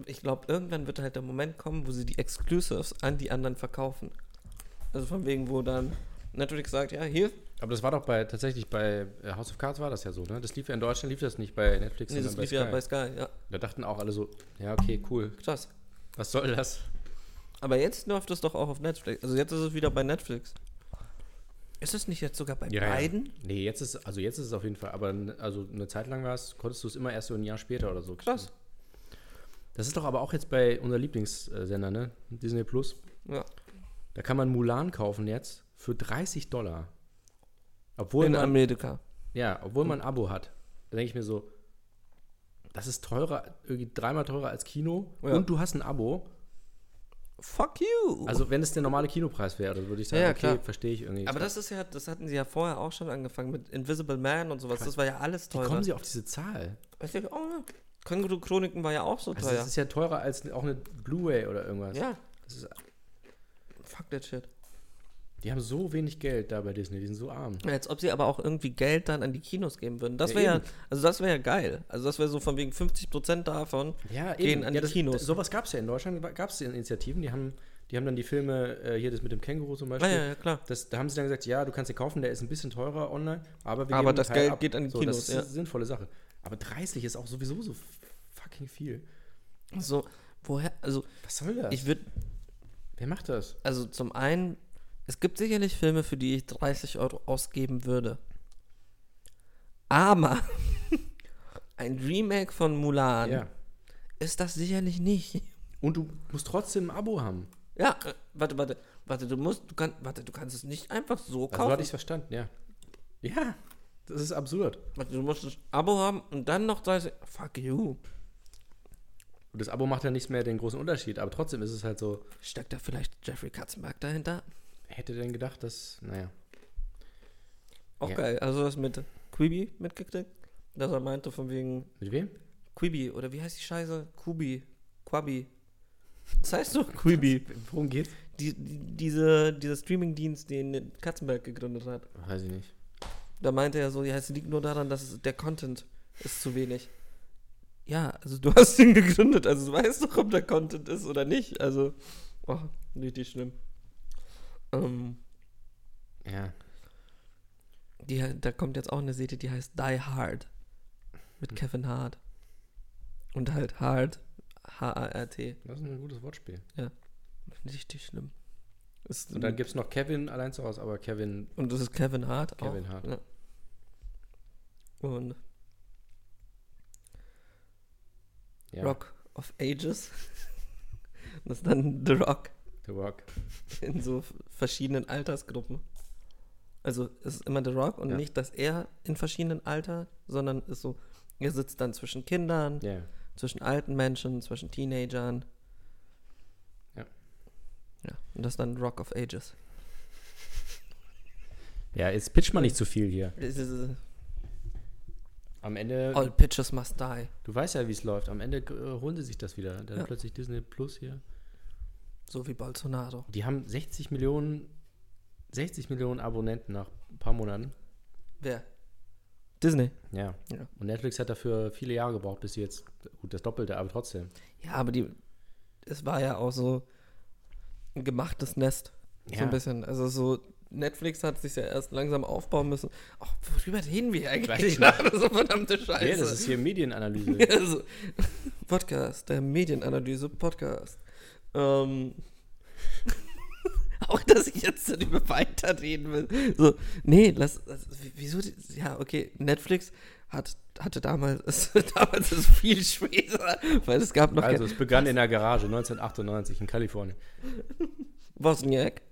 [SPEAKER 3] ich glaube, irgendwann wird halt der Moment kommen, wo sie die Exclusives an die anderen verkaufen. Also von wegen, wo dann Netflix sagt, ja, hier,
[SPEAKER 4] Aber das war doch bei tatsächlich bei äh, House of Cards war das ja so, ne? Das lief ja in Deutschland, lief das nicht bei Netflix,
[SPEAKER 3] nee, das
[SPEAKER 4] sondern
[SPEAKER 3] lief ja
[SPEAKER 4] bei
[SPEAKER 3] bei
[SPEAKER 4] Sky.
[SPEAKER 3] Sky, ja,
[SPEAKER 4] Da dachten auch alle so, ja, okay, cool.
[SPEAKER 3] krass.
[SPEAKER 4] Was soll das?
[SPEAKER 3] Aber jetzt läuft das doch auch auf Netflix. Also jetzt ist es wieder bei Netflix. Ist es nicht jetzt sogar bei beiden?
[SPEAKER 4] Nee, jetzt ist, also jetzt ist es auf jeden Fall, aber n- also eine Zeit lang war es, konntest du es immer erst so ein Jahr später oder so.
[SPEAKER 3] Krass.
[SPEAKER 4] Das ist doch aber auch jetzt bei unser Lieblingssender, ne? Disney Plus.
[SPEAKER 3] Ja.
[SPEAKER 4] Da kann man Mulan kaufen jetzt für 30 Dollar. Obwohl
[SPEAKER 3] In
[SPEAKER 4] man,
[SPEAKER 3] Amerika.
[SPEAKER 4] ja, obwohl man ein Abo hat. Da denke ich mir so, das ist teurer, irgendwie dreimal teurer als Kino
[SPEAKER 3] Ja.
[SPEAKER 4] und du hast ein Abo.
[SPEAKER 3] fuck you.
[SPEAKER 4] Also, wenn es der normale Kinopreis wäre, dann würde ich sagen,
[SPEAKER 3] Ja, ja,
[SPEAKER 4] okay,
[SPEAKER 3] klar.
[SPEAKER 4] verstehe ich irgendwie.
[SPEAKER 3] aber das ist ja, das hatten sie ja vorher auch schon angefangen mit Invisible Man und sowas. Das war ja alles
[SPEAKER 4] Wie
[SPEAKER 3] teurer.
[SPEAKER 4] kommen sie auf diese Zahl?
[SPEAKER 3] Weiß ich auch nicht. Känguru Chroniken war ja auch so
[SPEAKER 4] Also,
[SPEAKER 3] teuer.
[SPEAKER 4] das ist ja teurer als auch eine Blu-ray oder irgendwas.
[SPEAKER 3] ja,
[SPEAKER 4] Das ist,
[SPEAKER 3] fuck that shit.
[SPEAKER 4] die haben so wenig Geld da bei Disney, die sind so arm.
[SPEAKER 3] Ja, Als ob sie aber auch irgendwie Geld dann an die Kinos geben würden. Das
[SPEAKER 4] Ja,
[SPEAKER 3] wäre ja,
[SPEAKER 4] eben.
[SPEAKER 3] also das wäre ja geil. Also das wäre so von wegen 50% davon.
[SPEAKER 4] Ja,
[SPEAKER 3] Gehen
[SPEAKER 4] eben.
[SPEAKER 3] an
[SPEAKER 4] ja,
[SPEAKER 3] die Kinos.
[SPEAKER 4] Sowas gab es ja in Deutschland, gab es Initiativen, die haben, die haben dann die Filme, äh, hier das mit dem Känguru zum Beispiel,
[SPEAKER 3] Ah, ja, ja, klar.
[SPEAKER 4] Das, da haben sie dann gesagt, ja, du kannst den kaufen, der ist ein bisschen teurer online, aber wir
[SPEAKER 3] Aber
[SPEAKER 4] geben
[SPEAKER 3] das
[SPEAKER 4] einen
[SPEAKER 3] Geld geht an die
[SPEAKER 4] so,
[SPEAKER 3] Kinos,
[SPEAKER 4] Das ist
[SPEAKER 3] ja.
[SPEAKER 4] eine sinnvolle Sache. Aber 30 ist auch sowieso so fucking viel.
[SPEAKER 3] So, woher, also
[SPEAKER 4] Was soll das?
[SPEAKER 3] ich würde,
[SPEAKER 4] Wer macht das?
[SPEAKER 3] also zum einen, es gibt sicherlich Filme, für die ich 30 Euro ausgeben würde. Aber ein Remake von Mulan
[SPEAKER 4] Ja.
[SPEAKER 3] ist das sicherlich nicht.
[SPEAKER 4] Und du musst trotzdem ein Abo haben.
[SPEAKER 3] Ja, äh, warte, warte, warte, du musst, du kannst, warte, du kannst es nicht einfach so
[SPEAKER 4] Also so
[SPEAKER 3] kaufen.
[SPEAKER 4] hatte ich es verstanden, ja. Ja, das ist absurd.
[SPEAKER 3] Warte, du musst ein Abo haben und dann noch 30. Fuck you.
[SPEAKER 4] Und das Abo macht ja nicht mehr den großen Unterschied, aber trotzdem ist es halt so,
[SPEAKER 3] Steckt da vielleicht Jeffrey Katzenberg dahinter?
[SPEAKER 4] wer hätte denn gedacht, dass, naja.
[SPEAKER 3] Auch
[SPEAKER 4] Ja.
[SPEAKER 3] geil. Also das mit Quibi mitgekriegt, dass er meinte von wegen
[SPEAKER 4] Mit wem?
[SPEAKER 3] Quibi oder wie heißt die Scheiße? Kubi, Quabi. Das heißt doch Quibi.
[SPEAKER 4] Worum geht's?
[SPEAKER 3] Die, die, diese, dieser Streamingdienst, den Katzenberg gegründet hat.
[SPEAKER 4] Weiß ich nicht.
[SPEAKER 3] Da meinte er so, ja, es liegt nur daran, dass es, der Content ist zu wenig. Ja, also du hast ihn gegründet, also du weißt doch, ob der Content ist oder nicht. Also, oh, richtig schlimm. Ähm,
[SPEAKER 4] Ja.
[SPEAKER 3] die, da kommt jetzt auch eine Serie, die heißt Die Hard. Mit Kevin Hart. Und halt Hard, H-A-R-T.
[SPEAKER 4] Das ist ein gutes Wortspiel.
[SPEAKER 3] Richtig schlimm. Ist,
[SPEAKER 4] Und dann gibt es noch Kevin allein zu Hause, aber Kevin
[SPEAKER 3] Und das ist Kevin Hart.
[SPEAKER 4] Kevin
[SPEAKER 3] auch.
[SPEAKER 4] Hart.
[SPEAKER 3] Ja. Und
[SPEAKER 4] ja,
[SPEAKER 3] Rock of Ages. Und das ist dann The Rock
[SPEAKER 4] The Rock.
[SPEAKER 3] in so f- verschiedenen Altersgruppen. Also es ist immer The Rock und
[SPEAKER 4] Ja.
[SPEAKER 3] nicht, dass er in verschiedenen Alter, sondern ist so, er sitzt dann zwischen Kindern,
[SPEAKER 4] Ja. ja.
[SPEAKER 3] zwischen alten Menschen, zwischen Teenagern.
[SPEAKER 4] Ja.
[SPEAKER 3] Ja, und das ist dann Rock of Ages.
[SPEAKER 4] Ja, jetzt pitcht man nicht zu viel hier.
[SPEAKER 3] Es ist, äh,
[SPEAKER 4] Am Ende,
[SPEAKER 3] All pitches must die.
[SPEAKER 4] du weißt ja, wie es läuft. Am Ende äh, holen sie sich das wieder. Dann
[SPEAKER 3] Ja.
[SPEAKER 4] plötzlich Disney Plus hier.
[SPEAKER 3] So wie Bolsonaro.
[SPEAKER 4] Die haben 60 Millionen, 60 Millionen Abonnenten nach ein paar Monaten.
[SPEAKER 3] Wer? Disney.
[SPEAKER 4] Ja.
[SPEAKER 3] Ja.
[SPEAKER 4] Und Netflix hat dafür viele Jahre gebraucht, bis sie jetzt, gut, das Doppelte, aber trotzdem.
[SPEAKER 3] Ja, aber die, es war ja auch so ein gemachtes Nest. So
[SPEAKER 4] Ja.
[SPEAKER 3] ein bisschen. Also so, Netflix hat sich ja erst langsam aufbauen müssen. Ach, worüber reden wir eigentlich?
[SPEAKER 4] Weiß ich
[SPEAKER 3] gerade? so verdammte Scheiße.
[SPEAKER 4] Ja, das ist hier Medienanalyse.
[SPEAKER 3] Also, Podcast, der Medienanalyse-Podcast. Ähm, auch, dass ich jetzt darüber weiterreden will. So, nee, lass, also, w- wieso, die- ja, okay, Netflix hat, hatte damals, damals ist viel schwerer, weil es gab noch
[SPEAKER 4] Also,
[SPEAKER 3] also,
[SPEAKER 4] es begann in der Garage 1998 in Kalifornien.
[SPEAKER 3] Wozniak.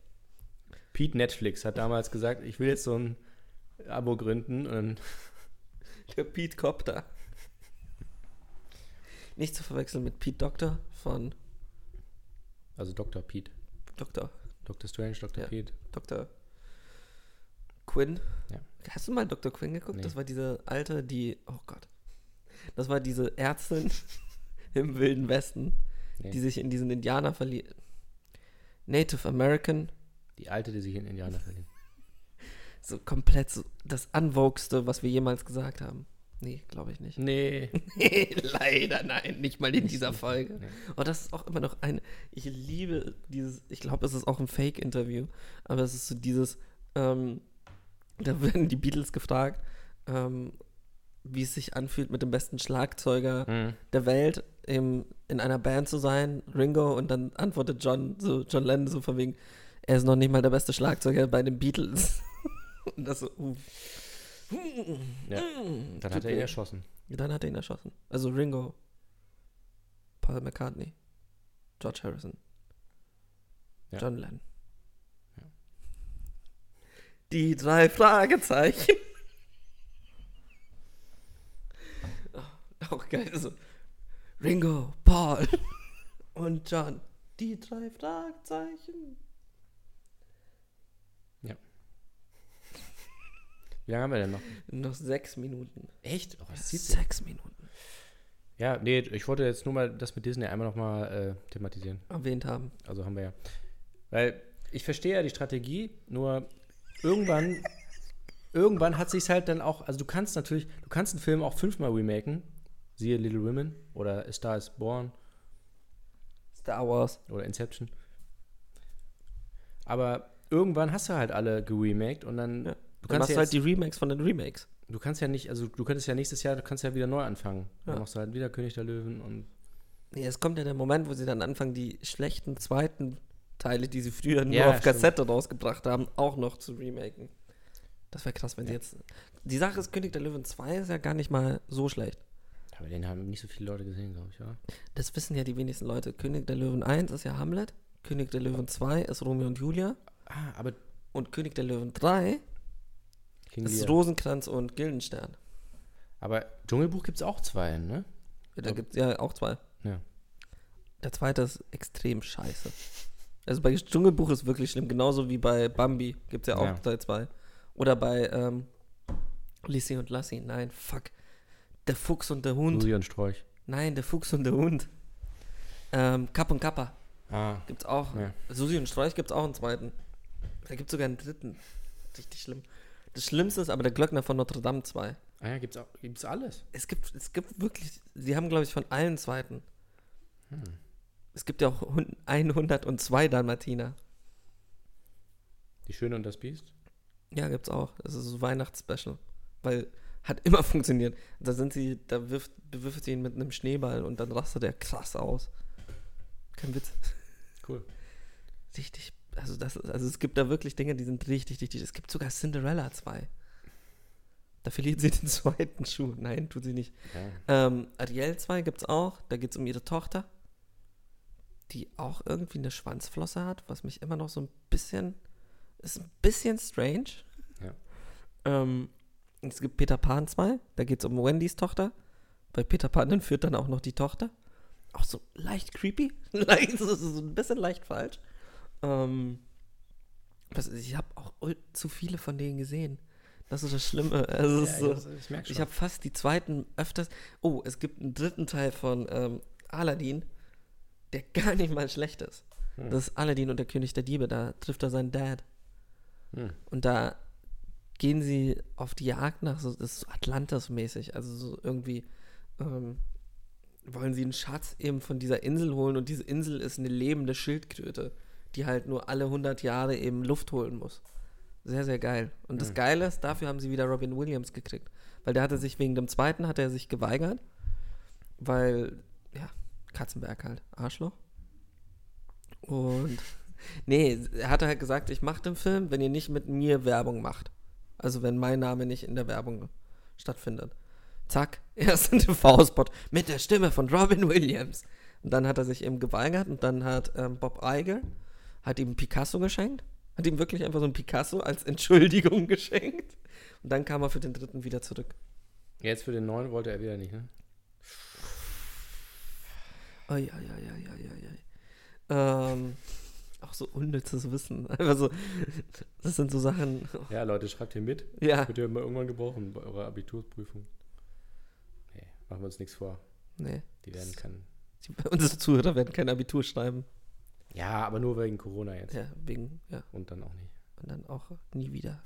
[SPEAKER 4] Pete Netflix hat damals gesagt, ich will jetzt so ein Abo gründen und dann
[SPEAKER 3] Der Pete Copter. Nicht zu verwechseln mit Pete Doctor von
[SPEAKER 4] Also Dr. Pete.
[SPEAKER 3] Dr.
[SPEAKER 4] Dr. Strange, Dr.
[SPEAKER 3] Ja.
[SPEAKER 4] Pete.
[SPEAKER 3] Dr. Quinn.
[SPEAKER 4] Ja.
[SPEAKER 3] Hast du mal Dr. Quinn geguckt?
[SPEAKER 4] Nee.
[SPEAKER 3] Das war diese alte, die. Oh Gott. Das war diese Ärztin im Wilden Westen,
[SPEAKER 4] Nee.
[SPEAKER 3] die sich in diesen Indianer verliebt. Native American.
[SPEAKER 4] Die alte, die sich in Indianer verliebt.
[SPEAKER 3] So komplett so das Unwokeste, was wir jemals gesagt haben. Nee, glaube ich nicht.
[SPEAKER 4] Nee.
[SPEAKER 3] Leider nein, nicht mal in dieser Folge.
[SPEAKER 4] Nee.
[SPEAKER 3] Oh, das ist auch immer noch ein. Ich liebe dieses. Ich glaube, es ist auch ein Fake-Interview, aber es ist so dieses. Ähm, da werden die Beatles gefragt, ähm, wie es sich anfühlt, mit dem besten Schlagzeuger
[SPEAKER 4] Hm.
[SPEAKER 3] der Welt im, in einer Band zu sein, Ringo, und dann antwortet John, so John Lennon so von wegen, er ist noch nicht mal der beste Schlagzeuger bei den Beatles. und das so, uh.
[SPEAKER 4] Ja. Dann hat er ihn erschossen.
[SPEAKER 3] Dann hat er ihn erschossen. Also Ringo, Paul McCartney, George Harrison,
[SPEAKER 4] Ja.
[SPEAKER 3] John Lennon.
[SPEAKER 4] Ja.
[SPEAKER 3] Die drei Fragezeichen. Oh, Also Auch geil. So. Ringo, Paul und John, Die drei Fragezeichen.
[SPEAKER 4] Wie lange haben wir denn noch?
[SPEAKER 3] Noch sechs Minuten.
[SPEAKER 4] Echt? Oh, das zieht sich.
[SPEAKER 3] Sechs Minuten.
[SPEAKER 4] Ja, nee, ich wollte jetzt nur mal das mit Disney einmal nochmal äh, thematisieren.
[SPEAKER 3] Erwähnt haben.
[SPEAKER 4] Also haben wir ja. Weil ich verstehe ja die Strategie, nur irgendwann, irgendwann hat sich's halt dann auch, also du kannst natürlich, du kannst einen Film auch fünfmal remaken, siehe Little Women oder A Star is Born
[SPEAKER 3] Star Wars.
[SPEAKER 4] oder Inception. Aber irgendwann hast du halt alle geremaked und dann,
[SPEAKER 3] Ja. Dann
[SPEAKER 4] du, kannst
[SPEAKER 3] machst
[SPEAKER 4] ja
[SPEAKER 3] du halt
[SPEAKER 4] jetzt,
[SPEAKER 3] die Remakes von den Remakes.
[SPEAKER 4] du kannst ja nicht, also du könntest ja nächstes Jahr, du kannst ja wieder neu anfangen.
[SPEAKER 3] Ja.
[SPEAKER 4] Dann machst du halt wieder König der Löwen und
[SPEAKER 3] Nee, es kommt ja der Moment, wo sie dann anfangen, die schlechten zweiten Teile, die sie früher nur
[SPEAKER 4] Ja,
[SPEAKER 3] auf
[SPEAKER 4] stimmt.
[SPEAKER 3] Kassette rausgebracht haben, auch noch zu remaken. Das wäre krass, wenn sie jetzt. Die Sache ist, König der Löwen 2 ist ja gar nicht mal so schlecht.
[SPEAKER 4] Aber den haben nicht so viele Leute gesehen, glaube ich, oder?
[SPEAKER 3] Das wissen ja die wenigsten Leute. König der Löwen 1 ist ja Hamlet, König der Löwen 2 ist Romeo und Julia
[SPEAKER 4] Ah, aber
[SPEAKER 3] und König der Löwen 3
[SPEAKER 4] King
[SPEAKER 3] ist
[SPEAKER 4] Lear.
[SPEAKER 3] Rosenkranz und Gildenstern.
[SPEAKER 4] Aber Dschungelbuch gibt es auch zwei, ne?
[SPEAKER 3] Da gibt es ja auch zwei.
[SPEAKER 4] Ja.
[SPEAKER 3] Der zweite ist extrem scheiße. Also bei Dschungelbuch ist wirklich schlimm, genauso wie bei Bambi gibt es ja auch
[SPEAKER 4] Ja.
[SPEAKER 3] Teil 2. Oder bei ähm, Lissi und Lassi. Nein, fuck. Der Fuchs und der Hund.
[SPEAKER 4] Susi und Sträuch.
[SPEAKER 3] Nein, der Fuchs und der Hund. Ähm, Kapp und Kappa
[SPEAKER 4] Ah.
[SPEAKER 3] gibt's auch.
[SPEAKER 4] Ja.
[SPEAKER 3] Susi und Sträuch gibt's auch einen zweiten. Da gibt's sogar einen dritten. Richtig schlimm. Das Schlimmste ist aber der Glöckner von Notre Dame 2.
[SPEAKER 4] Ah ja, gibt's, auch, gibt's alles.
[SPEAKER 3] Es gibt, es gibt wirklich, sie haben, glaube ich, von allen zweiten. Es gibt ja auch hun- 102 Dalmatiner.
[SPEAKER 4] Die Schöne und das Biest.
[SPEAKER 3] Ja, gibt's auch. Das ist so Weihnachtsspecial. Weil hat immer funktioniert. Da sind sie, da wirft, bewirft sie ihn mit einem Schneeball und dann rastet er krass aus. Kein Witz.
[SPEAKER 4] Cool.
[SPEAKER 3] Richtig. Also, das ist, also es gibt da wirklich Dinge, die sind richtig, richtig. Es gibt sogar Cinderella 2. Da verliert sie den zweiten Schuh. Nein, tut sie nicht.
[SPEAKER 4] Ja.
[SPEAKER 3] Ähm, Ariel 2 gibt's auch. Da geht's um ihre Tochter, die auch irgendwie eine Schwanzflosse hat, was mich immer noch so ein bisschen. Ist ein bisschen strange.
[SPEAKER 4] Ja.
[SPEAKER 3] Ähm, es gibt Peter Pan 2. Da geht's um Wendys Tochter. Bei Peter Pan entführt dann auch noch die Tochter. Auch so leicht creepy. Leicht, so, so so ein bisschen leicht falsch. Ähm, was, ich habe auch ul- zu viele von denen gesehen. Das ist das Schlimme. Also, es ist so,
[SPEAKER 4] ich merke
[SPEAKER 3] ich habe fast die zweiten öfters. Oh, es gibt einen dritten Teil von ähm, Aladdin, der gar nicht mal schlecht ist. Das ist Aladdin und der König der Diebe. Da trifft er seinen Dad.
[SPEAKER 4] Hm.
[SPEAKER 3] Und da gehen sie auf die Jagd nach, so, das ist so Atlantis-mäßig. Also so irgendwie ähm, wollen sie einen Schatz eben von dieser Insel holen. Und diese Insel ist eine lebende Schildkröte, die halt nur alle 100 Jahre eben Luft holen muss. Sehr, sehr geil. Und das Geile ist, dafür haben sie wieder Robin Williams gekriegt. Weil der hatte sich wegen dem zweiten, hat er sich geweigert. Weil, ja, Katzenberg halt, Arschloch. Und, nee, er hatte halt gesagt, ich mache den Film, wenn ihr nicht mit mir Werbung macht. Also wenn mein Name nicht in der Werbung stattfindet. Zack, erst ein TV-Spot mit der Stimme von Robin Williams. Und dann hat er sich eben geweigert und dann hat ähm, Bob Iger, hat ihm Picasso geschenkt. Hat ihm wirklich einfach so ein Picasso als Entschuldigung geschenkt. Und dann kam er für den dritten wieder zurück.
[SPEAKER 4] Jetzt für den neuen wollte er wieder nicht, ne?
[SPEAKER 3] Ai, ai, ai, ai, ai, ai, ai. Ähm, auch so unnützes Wissen. Einfach so, das sind so Sachen.
[SPEAKER 4] Ja, Leute, schreibt hier mit.
[SPEAKER 3] Ja,
[SPEAKER 4] Wird ihr mal irgendwann gebrauchen bei eurer Abiturprüfung. Nee, machen wir uns nichts vor.
[SPEAKER 3] nee.
[SPEAKER 4] Die werden kein.
[SPEAKER 3] Die, unsere Zuhörer werden kein Abitur schreiben.
[SPEAKER 4] Ja, aber nur wegen Corona jetzt.
[SPEAKER 3] Ja, wegen, ja.
[SPEAKER 4] Und dann auch nicht.
[SPEAKER 3] Und dann auch nie wieder.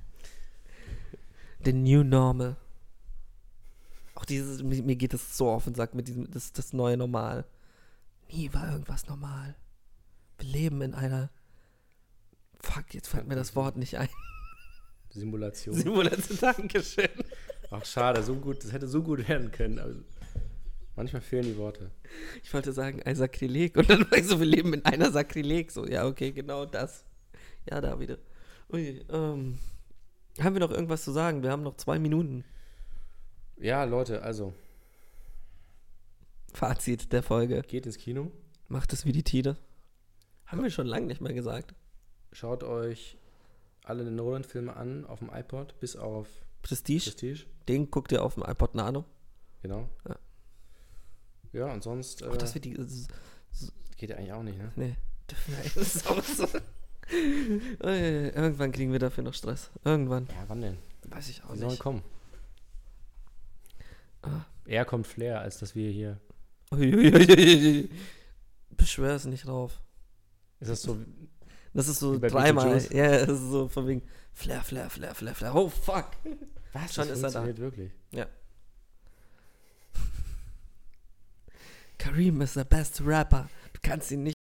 [SPEAKER 3] The New Normal. Auch dieses, mir, mir geht das so auf den Sack mit diesem, das, das neue Normal. Nie war irgendwas normal. Wir leben in einer. Fuck, jetzt fällt mir das Wort nicht ein.
[SPEAKER 4] Simulation.
[SPEAKER 3] Simulation, Dankeschön.
[SPEAKER 4] Ach, schade, so gut, das hätte so gut werden können. Aber manchmal fehlen die Worte.
[SPEAKER 3] Ich wollte sagen, ein Sakrileg. Und dann war ich so, wir leben in einer Sakrileg. So, ja, okay, genau das. Ja, da wieder. Ui, ähm, haben wir noch irgendwas zu sagen? Wir haben noch zwei Minuten.
[SPEAKER 4] Ja, Leute, also,
[SPEAKER 3] Fazit der Folge.
[SPEAKER 4] geht ins Kino.
[SPEAKER 3] Macht es wie die Tide. Haben wir schon lange nicht mehr gesagt.
[SPEAKER 4] Schaut euch alle Nolan-Filme an auf dem iPod, bis auf
[SPEAKER 3] Prestige,
[SPEAKER 4] Prestige.
[SPEAKER 3] den guckt ihr auf dem iPod Nano.
[SPEAKER 4] Genau.
[SPEAKER 3] Ja.
[SPEAKER 4] Ja, und sonst. Äh,
[SPEAKER 3] Auch dass wir die, s- s-
[SPEAKER 4] geht ja eigentlich auch nicht, ne?
[SPEAKER 3] Nee, dürfen wir echt nicht raus. Uiuiui, Irgendwann kriegen wir dafür noch Stress. Irgendwann.
[SPEAKER 4] Ja, wann denn?
[SPEAKER 3] Weiß ich auch
[SPEAKER 4] Die sollen
[SPEAKER 3] nicht. Ah.
[SPEAKER 4] kommen. Eher kommt Flair, als dass wir hier.
[SPEAKER 3] Uiuiuiuiui. Beschwör es nicht drauf.
[SPEAKER 4] Ist das so?
[SPEAKER 3] Das ist so
[SPEAKER 4] Wie bei
[SPEAKER 3] dreimal.
[SPEAKER 4] Beetlejuice?
[SPEAKER 3] Ja, das ist so von wegen Flair, Flair, Flair, Flair, Flair. Oh, fuck.
[SPEAKER 4] Was?
[SPEAKER 3] Schon
[SPEAKER 4] das
[SPEAKER 3] ist er da.
[SPEAKER 4] funktioniert wirklich.
[SPEAKER 3] Kareem ist der beste Rapper. Du kannst ihn nicht